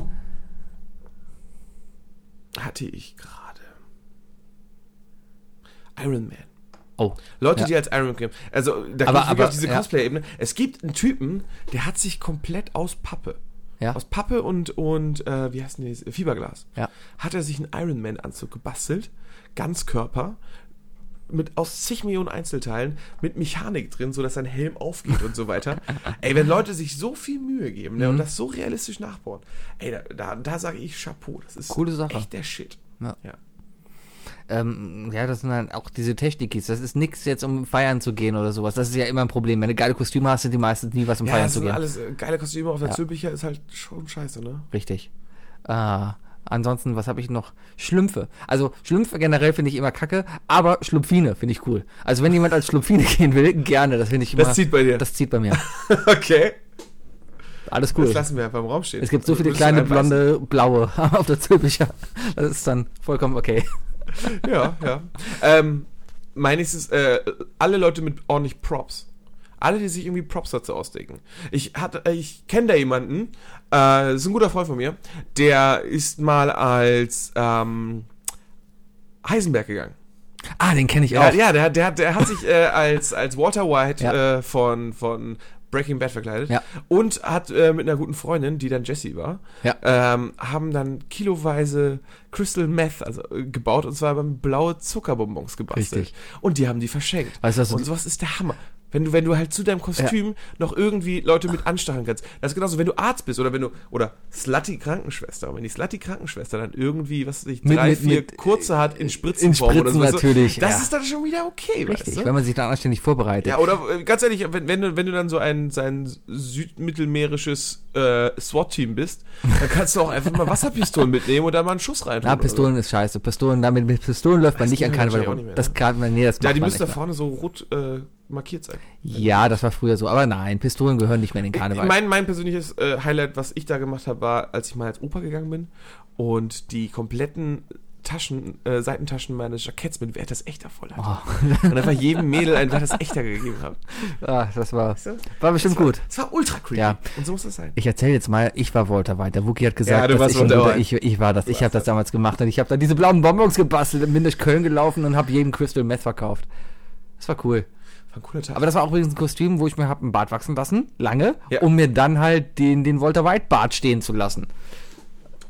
Speaker 2: hatte ich gerade. Iron Man.
Speaker 3: Oh.
Speaker 2: Leute,
Speaker 3: Ja.
Speaker 2: die als Iron Man kämpfen. Also,
Speaker 3: Aber-
Speaker 2: da geht es wirklich
Speaker 3: aber-
Speaker 2: auf diese
Speaker 3: ja.
Speaker 2: Cosplay-Ebene. Es gibt einen Typen, der hat sich komplett aus Pappe,
Speaker 3: Ja.
Speaker 2: aus Pappe und, und äh, wie heißt denn das? Fiberglas,
Speaker 3: Ja.
Speaker 2: hat er sich einen Iron Man-Anzug gebastelt, Ganzkörper, mit, aus zig Millionen Einzelteilen, mit Mechanik drin, sodass sein Helm aufgeht und so weiter. Ey, wenn Leute sich so viel Mühe geben ne,
Speaker 3: Mhm.
Speaker 2: und das so realistisch nachbauen, ey, da, da, da sage ich Chapeau. Das ist
Speaker 3: Coole Sache.
Speaker 2: echt der Shit.
Speaker 3: Ja.
Speaker 2: ja.
Speaker 3: Ähm, ja, das sind dann auch diese Technikis. Das ist nichts jetzt, um feiern zu gehen oder sowas. Das ist ja immer ein Problem. Wenn du geile Kostüme hast, sind die meistens nie was, um
Speaker 2: Ja,
Speaker 3: feiern
Speaker 2: das
Speaker 3: zu
Speaker 2: sind
Speaker 3: gehen.
Speaker 2: alles äh, geile Kostüme auf der
Speaker 3: Ja.
Speaker 2: Zülpicher, ist halt schon scheiße, ne?
Speaker 3: Richtig. Ah, ansonsten, was habe ich noch? Schlümpfe. Also Schlümpfe generell finde ich immer kacke, aber Schlumpfine finde ich cool. Also wenn jemand als Schlumpfine gehen will, gerne. Das finde ich immer.
Speaker 2: Das zieht bei dir.
Speaker 3: Das zieht bei mir.
Speaker 2: Okay.
Speaker 3: Alles
Speaker 2: Das
Speaker 3: cool.
Speaker 2: lassen wir einfach im Raum stehen.
Speaker 3: Es gibt so
Speaker 2: Also,
Speaker 3: viele
Speaker 2: du bist
Speaker 3: kleine
Speaker 2: ein Weiß-
Speaker 3: blonde, blaue auf der Zülpicher. Das ist dann vollkommen okay.
Speaker 2: Ja, ja. Ähm, mein nächstes, äh, alle Leute mit ordentlich Props. Alle, die sich irgendwie Props dazu ausdenken. Ich hatte, äh, ich kenne da jemanden, äh, ist ein guter Freund von mir, der ist mal als ähm, Heisenberg gegangen.
Speaker 3: Ah, den kenne ich
Speaker 2: Ja,
Speaker 3: auch.
Speaker 2: ja der, der, der hat sich äh, als, als Walter White
Speaker 3: Ja.
Speaker 2: äh, von, von Breaking Bad verkleidet
Speaker 3: Ja.
Speaker 2: und hat äh, mit einer guten Freundin, die dann Jessie war,
Speaker 3: Ja.
Speaker 2: ähm, haben dann kiloweise Crystal Meth also, äh, gebaut und zwar beim blaue Zuckerbonbons gebastelt.
Speaker 3: Richtig.
Speaker 2: Und die haben die verschenkt.
Speaker 3: Weißt du, was-
Speaker 2: und sowas ist der Hammer. Wenn du, wenn du halt zu deinem Kostüm noch irgendwie Leute mit anstacheln kannst. Das ist genauso, wenn du Arzt bist oder wenn du, oder Slutty Krankenschwester. Und wenn die Slutty Krankenschwester dann irgendwie, was weiß ich,
Speaker 3: Mit-
Speaker 2: drei,
Speaker 3: mit-
Speaker 2: vier
Speaker 3: mit-
Speaker 2: kurze hat in Spritzen,
Speaker 3: in Spritzen natürlich,
Speaker 2: Das
Speaker 3: ja.
Speaker 2: ist dann schon wieder okay,
Speaker 3: Richtig,
Speaker 2: weißt
Speaker 3: wenn
Speaker 2: du?
Speaker 3: man sich dann anständig vorbereitet.
Speaker 2: Ja, oder äh, ganz ehrlich, wenn, wenn, du, wenn du dann so ein, sein südmittelmeerisches äh, SWAT-Team bist, dann kannst du auch einfach mal Wasserpistolen mitnehmen und dann mal einen Schuss rein.
Speaker 3: Na, Pistolen ist scheiße. Pistolen, damit mit Pistolen läuft man
Speaker 2: Das
Speaker 3: nicht an
Speaker 2: geht
Speaker 3: Karneval
Speaker 2: natürlich auch
Speaker 3: rum.
Speaker 2: nicht mehr,
Speaker 3: Das
Speaker 2: ne?
Speaker 3: kann man, nee, das
Speaker 2: Ja,
Speaker 3: macht
Speaker 2: die
Speaker 3: man
Speaker 2: müssen da
Speaker 3: nicht mehr.
Speaker 2: vorne so rot äh, markiert sein. Äh,
Speaker 3: Ja, das war früher so. Aber nein, Pistolen gehören nicht mehr in den Karneval.
Speaker 2: Mein, mein persönliches äh, Highlight, was ich da gemacht habe, war, als ich mal als Opa gegangen bin und die kompletten Taschen, äh, Seitentaschen meines Jacketts mit Wert das Echter voll hatte.
Speaker 3: Oh.
Speaker 2: Und einfach jedem Mädel ein Wert das Echter gegeben habe.
Speaker 3: ah, das war,
Speaker 2: du?
Speaker 3: war bestimmt gut.
Speaker 2: Es war ultra creepy.
Speaker 3: Ja.
Speaker 2: Und so muss das sein.
Speaker 3: Ich erzähle jetzt mal, ich war Walter White. Der Wookie hat
Speaker 2: Ja,
Speaker 3: gesagt,
Speaker 2: du
Speaker 3: dass
Speaker 2: warst
Speaker 3: ich, ein
Speaker 2: Walter
Speaker 3: guter,
Speaker 2: White.
Speaker 3: ich, ich war das. Ich habe das damals gemacht und ich habe dann diese blauen Bonbons gebastelt, bin durch Köln gelaufen und habe jedem Crystal Meth verkauft. Das war cool.
Speaker 2: War ein cooler Tag.
Speaker 3: Aber das war auch übrigens ein Kostüm, wo ich mir hab einen Bart wachsen lassen, lange,
Speaker 2: Ja.
Speaker 3: um mir dann halt den, den Walter White Bart stehen zu lassen.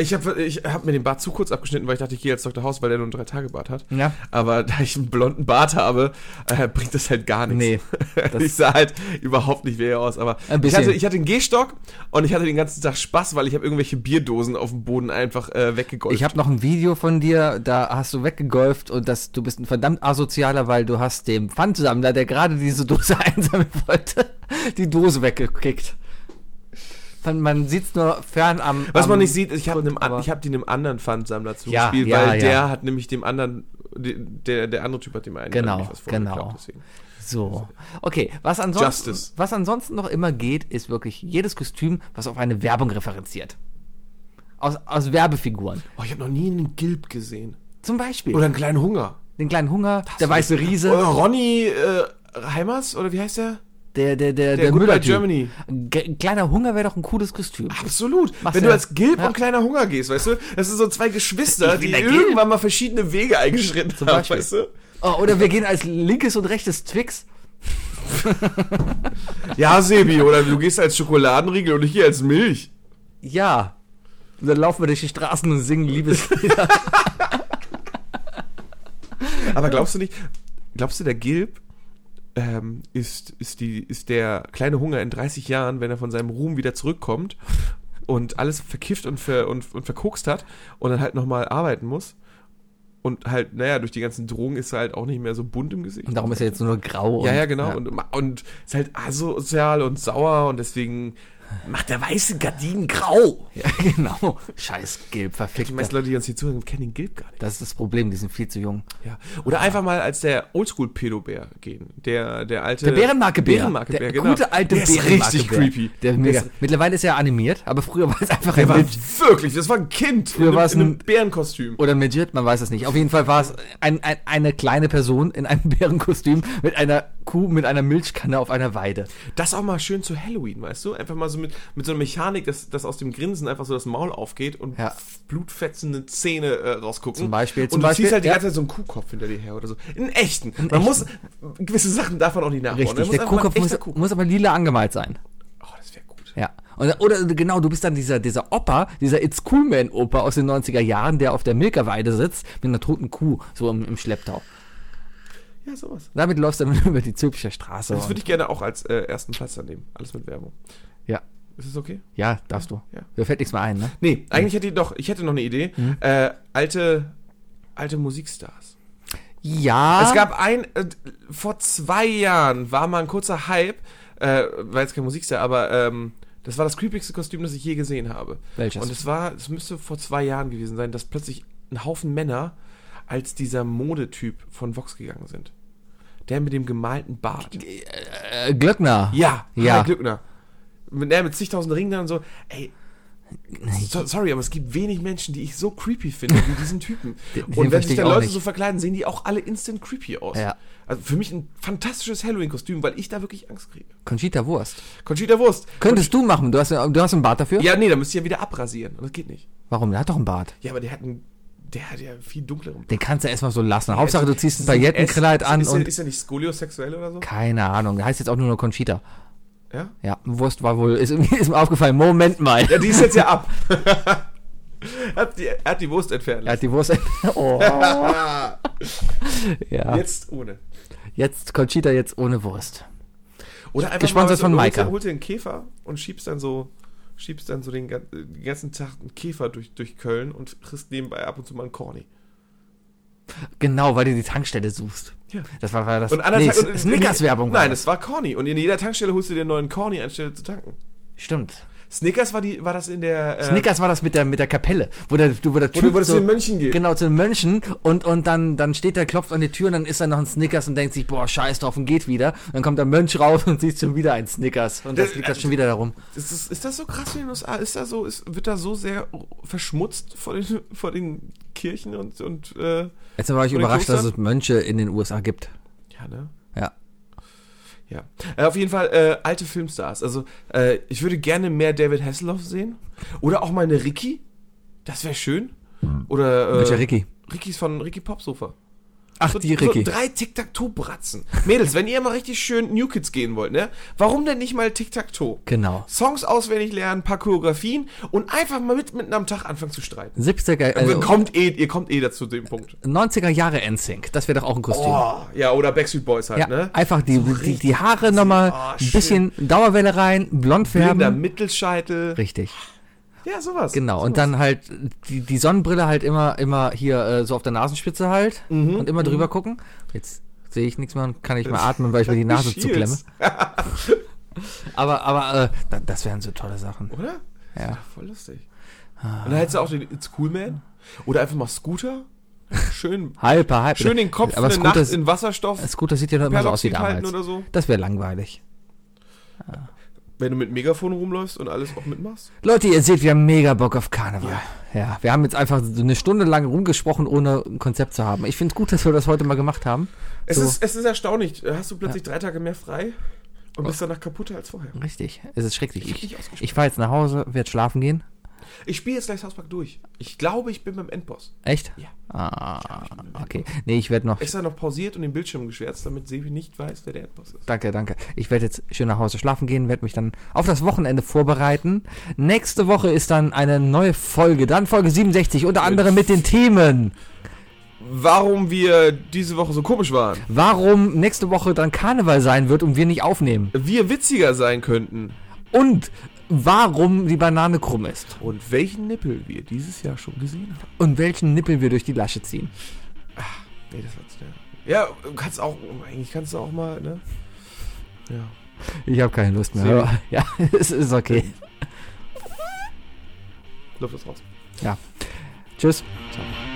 Speaker 2: Ich habe ich hab mir den Bart zu kurz abgeschnitten, weil ich dachte, ich gehe als Dr. House, weil der nur einen Drei-Tage-Bart hat.
Speaker 3: Ja.
Speaker 2: Aber da ich einen blonden Bart habe, äh, bringt das halt gar nichts.
Speaker 3: das-
Speaker 2: ich sah halt überhaupt nicht wer aus. Aber
Speaker 3: Ein
Speaker 2: ich
Speaker 3: bisschen.
Speaker 2: hatte, ich hatte einen Gehstock und ich hatte den ganzen Tag Spaß, weil ich habe irgendwelche Bierdosen auf dem Boden einfach äh, weggegolft.
Speaker 3: Ich habe noch ein Video von dir, da hast du weggegolft und das, du bist ein verdammt asozialer, weil du hast dem Pfandsammler, der gerade diese Dose einsammeln wollte, die Dose weggekickt. Man, man sieht's nur fern am.
Speaker 2: Was
Speaker 3: am
Speaker 2: man nicht sieht, ist, ich habe
Speaker 3: Grund, aber-
Speaker 2: hab die einem anderen Pfandsammler
Speaker 3: Ja,
Speaker 2: zugespielt,
Speaker 3: ja,
Speaker 2: weil
Speaker 3: ja.
Speaker 2: der hat nämlich dem anderen, die- der, der andere Typ hat dem einen
Speaker 3: Genau,
Speaker 2: nämlich
Speaker 3: genau.
Speaker 2: vorgeklaut, deswegen.
Speaker 3: So. Okay, was ansonsten,
Speaker 2: Justice.
Speaker 3: was ansonsten noch immer geht, ist wirklich jedes Kostüm, was auf eine Werbung referenziert. Aus, aus Werbefiguren.
Speaker 2: Oh, ich habe noch nie einen Gilb gesehen.
Speaker 3: Zum Beispiel
Speaker 2: Oder einen kleinen Hunger.
Speaker 3: den kleinen Hunger, der weiße
Speaker 2: Oder
Speaker 3: Riese,
Speaker 2: Ronny äh, Heimers, oder wie heißt der?
Speaker 3: der, der, der,
Speaker 2: Der,
Speaker 3: der
Speaker 2: Good Guy
Speaker 3: Müller-Typ.
Speaker 2: Germany.
Speaker 3: Ge- Kleiner Hunger wäre doch ein cooles Kostüm.
Speaker 2: Absolut.
Speaker 3: Machst
Speaker 2: Wenn
Speaker 3: du
Speaker 2: du
Speaker 3: ja.
Speaker 2: als Gilb
Speaker 3: Ja.
Speaker 2: und kleiner Hunger gehst, weißt du? Das sind so zwei Geschwister,
Speaker 3: Ich bin
Speaker 2: die
Speaker 3: der Gilb.
Speaker 2: irgendwann mal verschiedene Wege eingeschritten haben,
Speaker 3: Beispiel.
Speaker 2: weißt du?
Speaker 3: Oh, oder wir gehen als linkes und rechtes Twix.
Speaker 2: Ja, Sebi, oder du gehst als Schokoladenriegel und ich hier als Milch.
Speaker 3: Ja. Und dann laufen wir durch die Straßen und singen Liebeslieder.
Speaker 2: Aber glaubst du nicht, glaubst du, der Gilb ähm, ist, ist, die, ist der kleine Hunger in 30 Jahren, wenn er von seinem Ruhm wieder zurückkommt und alles verkifft und, ver, und, und verkokst hat und dann halt nochmal arbeiten muss? Und halt, naja, durch die ganzen Drogen ist er halt auch nicht mehr so bunt im Gesicht.
Speaker 3: und darum ist er jetzt nur noch grau.
Speaker 2: ja,
Speaker 3: und,
Speaker 2: ja, genau. Und, und ist halt asozial und sauer und deswegen macht der weiße Gardinen grau.
Speaker 3: Ja, genau. Scheiß Gelb, verfickt.
Speaker 2: Die meisten Leute, die uns hier zuhören, kennen den Gilb gar nicht.
Speaker 3: Das ist das Problem, die sind viel zu jung.
Speaker 2: Ja.
Speaker 3: Ah.
Speaker 2: Oder einfach mal als der Oldschool-Pedo-Bär gehen. Der, der alte.
Speaker 3: Der Bärenmarke-Bär.
Speaker 2: Bärenmarke-Bär,
Speaker 3: der
Speaker 2: Äh, genau.
Speaker 3: gute alte
Speaker 2: der ist
Speaker 3: Bärenmarke-Bär.
Speaker 2: richtig creepy.
Speaker 3: Der ist mega.
Speaker 2: Der, ist-
Speaker 3: Mittlerweile ist er animiert, aber früher war es einfach
Speaker 2: der
Speaker 3: ein
Speaker 2: war
Speaker 3: Mensch.
Speaker 2: wirklich, das war ein Kind. in einem-
Speaker 3: war's
Speaker 2: in einem
Speaker 3: ein-
Speaker 2: Bärenkostüm.
Speaker 3: Oder ein Midget, man weiß es nicht. Auf jeden Fall war es ein, ein, eine kleine Person in einem Bärenkostüm mit einer Kuh, mit einer Milchkanne auf einer Weide.
Speaker 2: Das auch mal schön zu Halloween, weißt du? Einfach mal so so mit, mit so einer Mechanik, dass, dass aus dem Grinsen einfach so das Maul aufgeht und
Speaker 3: Ja.
Speaker 2: blutfetzende Zähne äh, rausgucken.
Speaker 3: Zum Beispiel,
Speaker 2: Und
Speaker 3: zum
Speaker 2: du
Speaker 3: Beispiel,
Speaker 2: ziehst halt die
Speaker 3: ja.
Speaker 2: ganze Zeit so einen Kuhkopf hinter dir her oder so. In echten. man muss, gewisse Sachen darf man auch nicht nachbauen. Da
Speaker 3: Richtig,
Speaker 2: muss
Speaker 3: der
Speaker 2: einfach mal ein
Speaker 3: Kuhkopf muss,
Speaker 2: echter Kuh-
Speaker 3: muss aber lila angemalt sein.
Speaker 2: Oh, das wäre gut.
Speaker 3: Ja. Und, oder genau, du bist dann dieser, dieser Opa, dieser It's Cool Man Opa aus den 90er Jahren, der auf der Milkerweide sitzt, mit einer toten Kuh, so im, im Schlepptau.
Speaker 2: Ja, sowas.
Speaker 3: Damit läufst du dann über die Zülpicher Straße.
Speaker 2: Das
Speaker 3: und-
Speaker 2: würde ich gerne auch als äh, ersten Platz dann nehmen. Alles mit Werbung.
Speaker 3: ja.
Speaker 2: Ist das okay?
Speaker 3: ja, darfst du.
Speaker 2: Ja.
Speaker 3: Da fällt nichts mehr ein, ne?
Speaker 2: Nee, eigentlich hätte ich doch, ich hätte noch eine Idee. Äh, alte, alte Musikstars.
Speaker 3: Ja.
Speaker 2: Es gab ein, äh, vor zwei Jahren war mal ein kurzer Hype, äh, war jetzt kein Musikstar, aber ähm, das war das creepigste Kostüm, das ich je gesehen habe.
Speaker 3: Welches?
Speaker 2: Und es war, es müsste vor zwei Jahren gewesen sein, dass plötzlich ein Haufen Männer als dieser Modetyp von Vox gegangen sind. Der mit dem gemalten Bart.
Speaker 3: äh, Glöckner.
Speaker 2: Ja,
Speaker 3: Ja.
Speaker 2: Harald Glückner. Mit, der mit zigtausend Ringen und so. Ey, so, sorry, aber es gibt wenig Menschen, die ich so creepy finde wie diesen Typen.
Speaker 3: Den- den
Speaker 2: und wenn
Speaker 3: verstehe
Speaker 2: sich
Speaker 3: ich
Speaker 2: dann
Speaker 3: auch
Speaker 2: Leute
Speaker 3: nicht.
Speaker 2: so verkleiden, sehen die auch alle instant creepy aus.
Speaker 3: Ja.
Speaker 2: Also für mich ein fantastisches Halloween-Kostüm, weil ich da wirklich Angst kriege.
Speaker 3: Conchita Wurst.
Speaker 2: Conchita Wurst.
Speaker 3: Könntest du machen. Du hast, du hast einen Bart dafür?
Speaker 2: Ja, nee, da müsst ihr ja wieder abrasieren. Und das geht nicht.
Speaker 3: Warum? Der hat doch einen Bart.
Speaker 2: Ja, aber der hat einen. Der hat ja einen viel dunkleren.
Speaker 3: Den kannst du erstmal so lassen. Hauptsache, du ziehst ein
Speaker 2: Ist das
Speaker 3: Paillettenkleid
Speaker 2: S?
Speaker 3: an
Speaker 2: ist,
Speaker 3: und.
Speaker 2: Ist er nicht skoliosexuell oder so?
Speaker 3: Keine Ahnung. Der heißt jetzt auch nur noch Conchita.
Speaker 2: Ja?
Speaker 3: Ja, Wurst war wohl. Ist, irgendwie- ist mir aufgefallen. Moment mal.
Speaker 2: Ja, die ist jetzt ja ab. hat die, er hat die Wurst entfernt.
Speaker 3: Er
Speaker 2: Ah.
Speaker 3: hat die Wurst. Oh. ja. Jetzt.
Speaker 2: Jetzt ohne.
Speaker 3: Conchita jetzt ohne Wurst.
Speaker 2: Oder einfach
Speaker 3: Gesponsert
Speaker 2: holst du-
Speaker 3: von
Speaker 2: holst du-
Speaker 3: Maika.
Speaker 2: Holst dir einen Käfer und schiebst dann so, schiebst dann so den, gan- äh, den ganzen Tag einen Käfer durch, durch Köln und frisst nebenbei ab und zu mal einen Corny.
Speaker 3: Genau, weil du die Tankstelle suchst.
Speaker 2: Ja.
Speaker 3: Das war, war das.
Speaker 2: Und an der
Speaker 3: nee,
Speaker 2: Tank-
Speaker 3: es-
Speaker 2: und-
Speaker 3: es ist Snickers-Werbung. war
Speaker 2: Nein,
Speaker 3: das.
Speaker 2: es war Corny. Und in jeder Tankstelle holst du dir einen neuen Corny, anstelle zu tanken.
Speaker 3: Stimmt.
Speaker 2: Snickers war, die, war das in der. Äh,
Speaker 3: Snickers war das mit der, mit der Kapelle, wo der, du- wo der
Speaker 2: Wo,
Speaker 3: Typ
Speaker 2: du- wo das
Speaker 3: so-
Speaker 2: zu den Mönchen geht.
Speaker 3: Genau, zu den Mönchen und, und dann, dann steht der, klopft an die Tür und dann ist da noch ein Snickers und denkt sich, boah, scheiß drauf und geht wieder. Dann kommt der Mönch raus und sieht schon wieder ein Snickers und das
Speaker 2: Das-
Speaker 3: liegt das schon wieder darum.
Speaker 2: Ist, das, ist das so krass in den USA? Ist da so, ist, wird da so sehr verschmutzt vor den, vor den Kirchen und. und äh,
Speaker 3: Jetzt war ich
Speaker 2: Oder
Speaker 3: überrascht, dass
Speaker 2: Kloster?
Speaker 3: es Mönche in den USA gibt.
Speaker 2: ja, ne?
Speaker 3: Ja.
Speaker 2: Ja. Äh, auf jeden Fall äh, alte Filmstars. Also äh, ich würde gerne mehr David Hasselhoff sehen. Oder auch mal eine Ricky. Das wäre schön. Oder äh,
Speaker 3: Welcher Ricky?
Speaker 2: Ricky ist von Ricky Popsofa.
Speaker 3: Ach, die Ricky.
Speaker 2: So drei Tic-Tac-Toe-Bratzen. Mädels, wenn ihr mal richtig schön New Kids gehen wollt, ne? Warum denn nicht mal Tic-Tac-Toe?
Speaker 3: genau.
Speaker 2: Songs auswendig lernen, paar Choreografien und einfach mal mit, mitten am Tag anfangen zu streiten.
Speaker 3: 70er,
Speaker 2: ihr,
Speaker 3: also
Speaker 2: kommt eh, ihr kommt eh dazu dem Punkt.
Speaker 3: 90er Jahre NSYNC, das wäre doch auch ein Kostüm.
Speaker 2: Oh, ja, oder Backstreet Boys halt,
Speaker 3: ja,
Speaker 2: ne?
Speaker 3: einfach die, die, die Haare nochmal,
Speaker 2: Oh,
Speaker 3: ein bisschen Dauerwelle rein, blond
Speaker 2: Blinder
Speaker 3: färben.
Speaker 2: Mittelscheitel.
Speaker 3: Richtig.
Speaker 2: Ja, sowas.
Speaker 3: Genau, und dann halt die, die Sonnenbrille halt immer, immer hier äh, so auf der Nasenspitze halt
Speaker 2: Mhm,
Speaker 3: und immer drüber gucken. Jetzt sehe ich nichts mehr und kann nicht mehr atmen, weil ich mir die Nase
Speaker 2: Shields.
Speaker 3: zuklemme. Aber, aber äh, da- das wären so tolle Sachen.
Speaker 2: Oder? Das
Speaker 3: Ja.
Speaker 2: ist doch voll lustig.
Speaker 3: Ah.
Speaker 2: Und dann hättest du auch den It's Cool Man. Oder einfach mal Scooter. Schön,
Speaker 3: Halper, halper.
Speaker 2: schön den Kopf
Speaker 3: aber
Speaker 2: eine Nacht
Speaker 3: Scooter,
Speaker 2: in Wasserstoff.
Speaker 3: Scooter sieht ja noch immer so aus wie
Speaker 2: Peroxid halten
Speaker 3: damals.
Speaker 2: oder so.
Speaker 3: Das wäre langweilig.
Speaker 2: Wenn du mit Megafon rumläufst und alles auch mitmachst.
Speaker 3: Leute, ihr seht, wir haben mega Bock auf Karneval. Ja. wir haben jetzt einfach so eine Stunde lang rumgesprochen, ohne ein Konzept zu haben. Ich finde es gut, dass wir das heute mal gemacht haben.
Speaker 2: Es,
Speaker 3: So.
Speaker 2: ist, es ist erstaunlich. Hast du plötzlich drei Tage mehr frei und bist danach kaputter als vorher.
Speaker 3: Richtig, es ist schrecklich.
Speaker 2: hab
Speaker 3: Ich,
Speaker 2: dich ausgesprochen.
Speaker 3: ich fahre jetzt nach Hause, werde schlafen gehen.
Speaker 2: Ich spiele jetzt gleich das Hauspark durch. Ich glaube, ich bin beim Endboss.
Speaker 3: Echt?
Speaker 2: Ja.
Speaker 3: Ah, okay. Nee, ich werde noch.
Speaker 2: Extra noch pausiert und den Bildschirm geschwärzt, damit Sebi nicht weiß, wer der Endboss ist.
Speaker 3: Danke, danke. Ich werde jetzt schön nach Hause schlafen gehen, werde mich dann auf das Wochenende vorbereiten. Nächste Woche ist dann eine neue Folge, dann Folge 67, unter anderem mit den Themen.
Speaker 2: Warum wir diese Woche so komisch waren.
Speaker 3: Warum nächste Woche dann Karneval sein wird und wir nicht aufnehmen.
Speaker 2: Wir witziger sein könnten.
Speaker 3: Und warum die Banane krumm ist.
Speaker 2: Und welchen Nippel wir dieses Jahr schon gesehen haben.
Speaker 3: Und welchen Nippel wir durch die Lasche ziehen.
Speaker 2: Nee, das war zu schnell. Ja, du kannst auch, eigentlich kannst du auch mal, ne? Ja.
Speaker 3: Ich habe keine Lust mehr.
Speaker 2: Sehr
Speaker 3: aber- Ja, es ist okay.
Speaker 2: Luft ist raus.
Speaker 3: Tschüss.
Speaker 2: Ciao.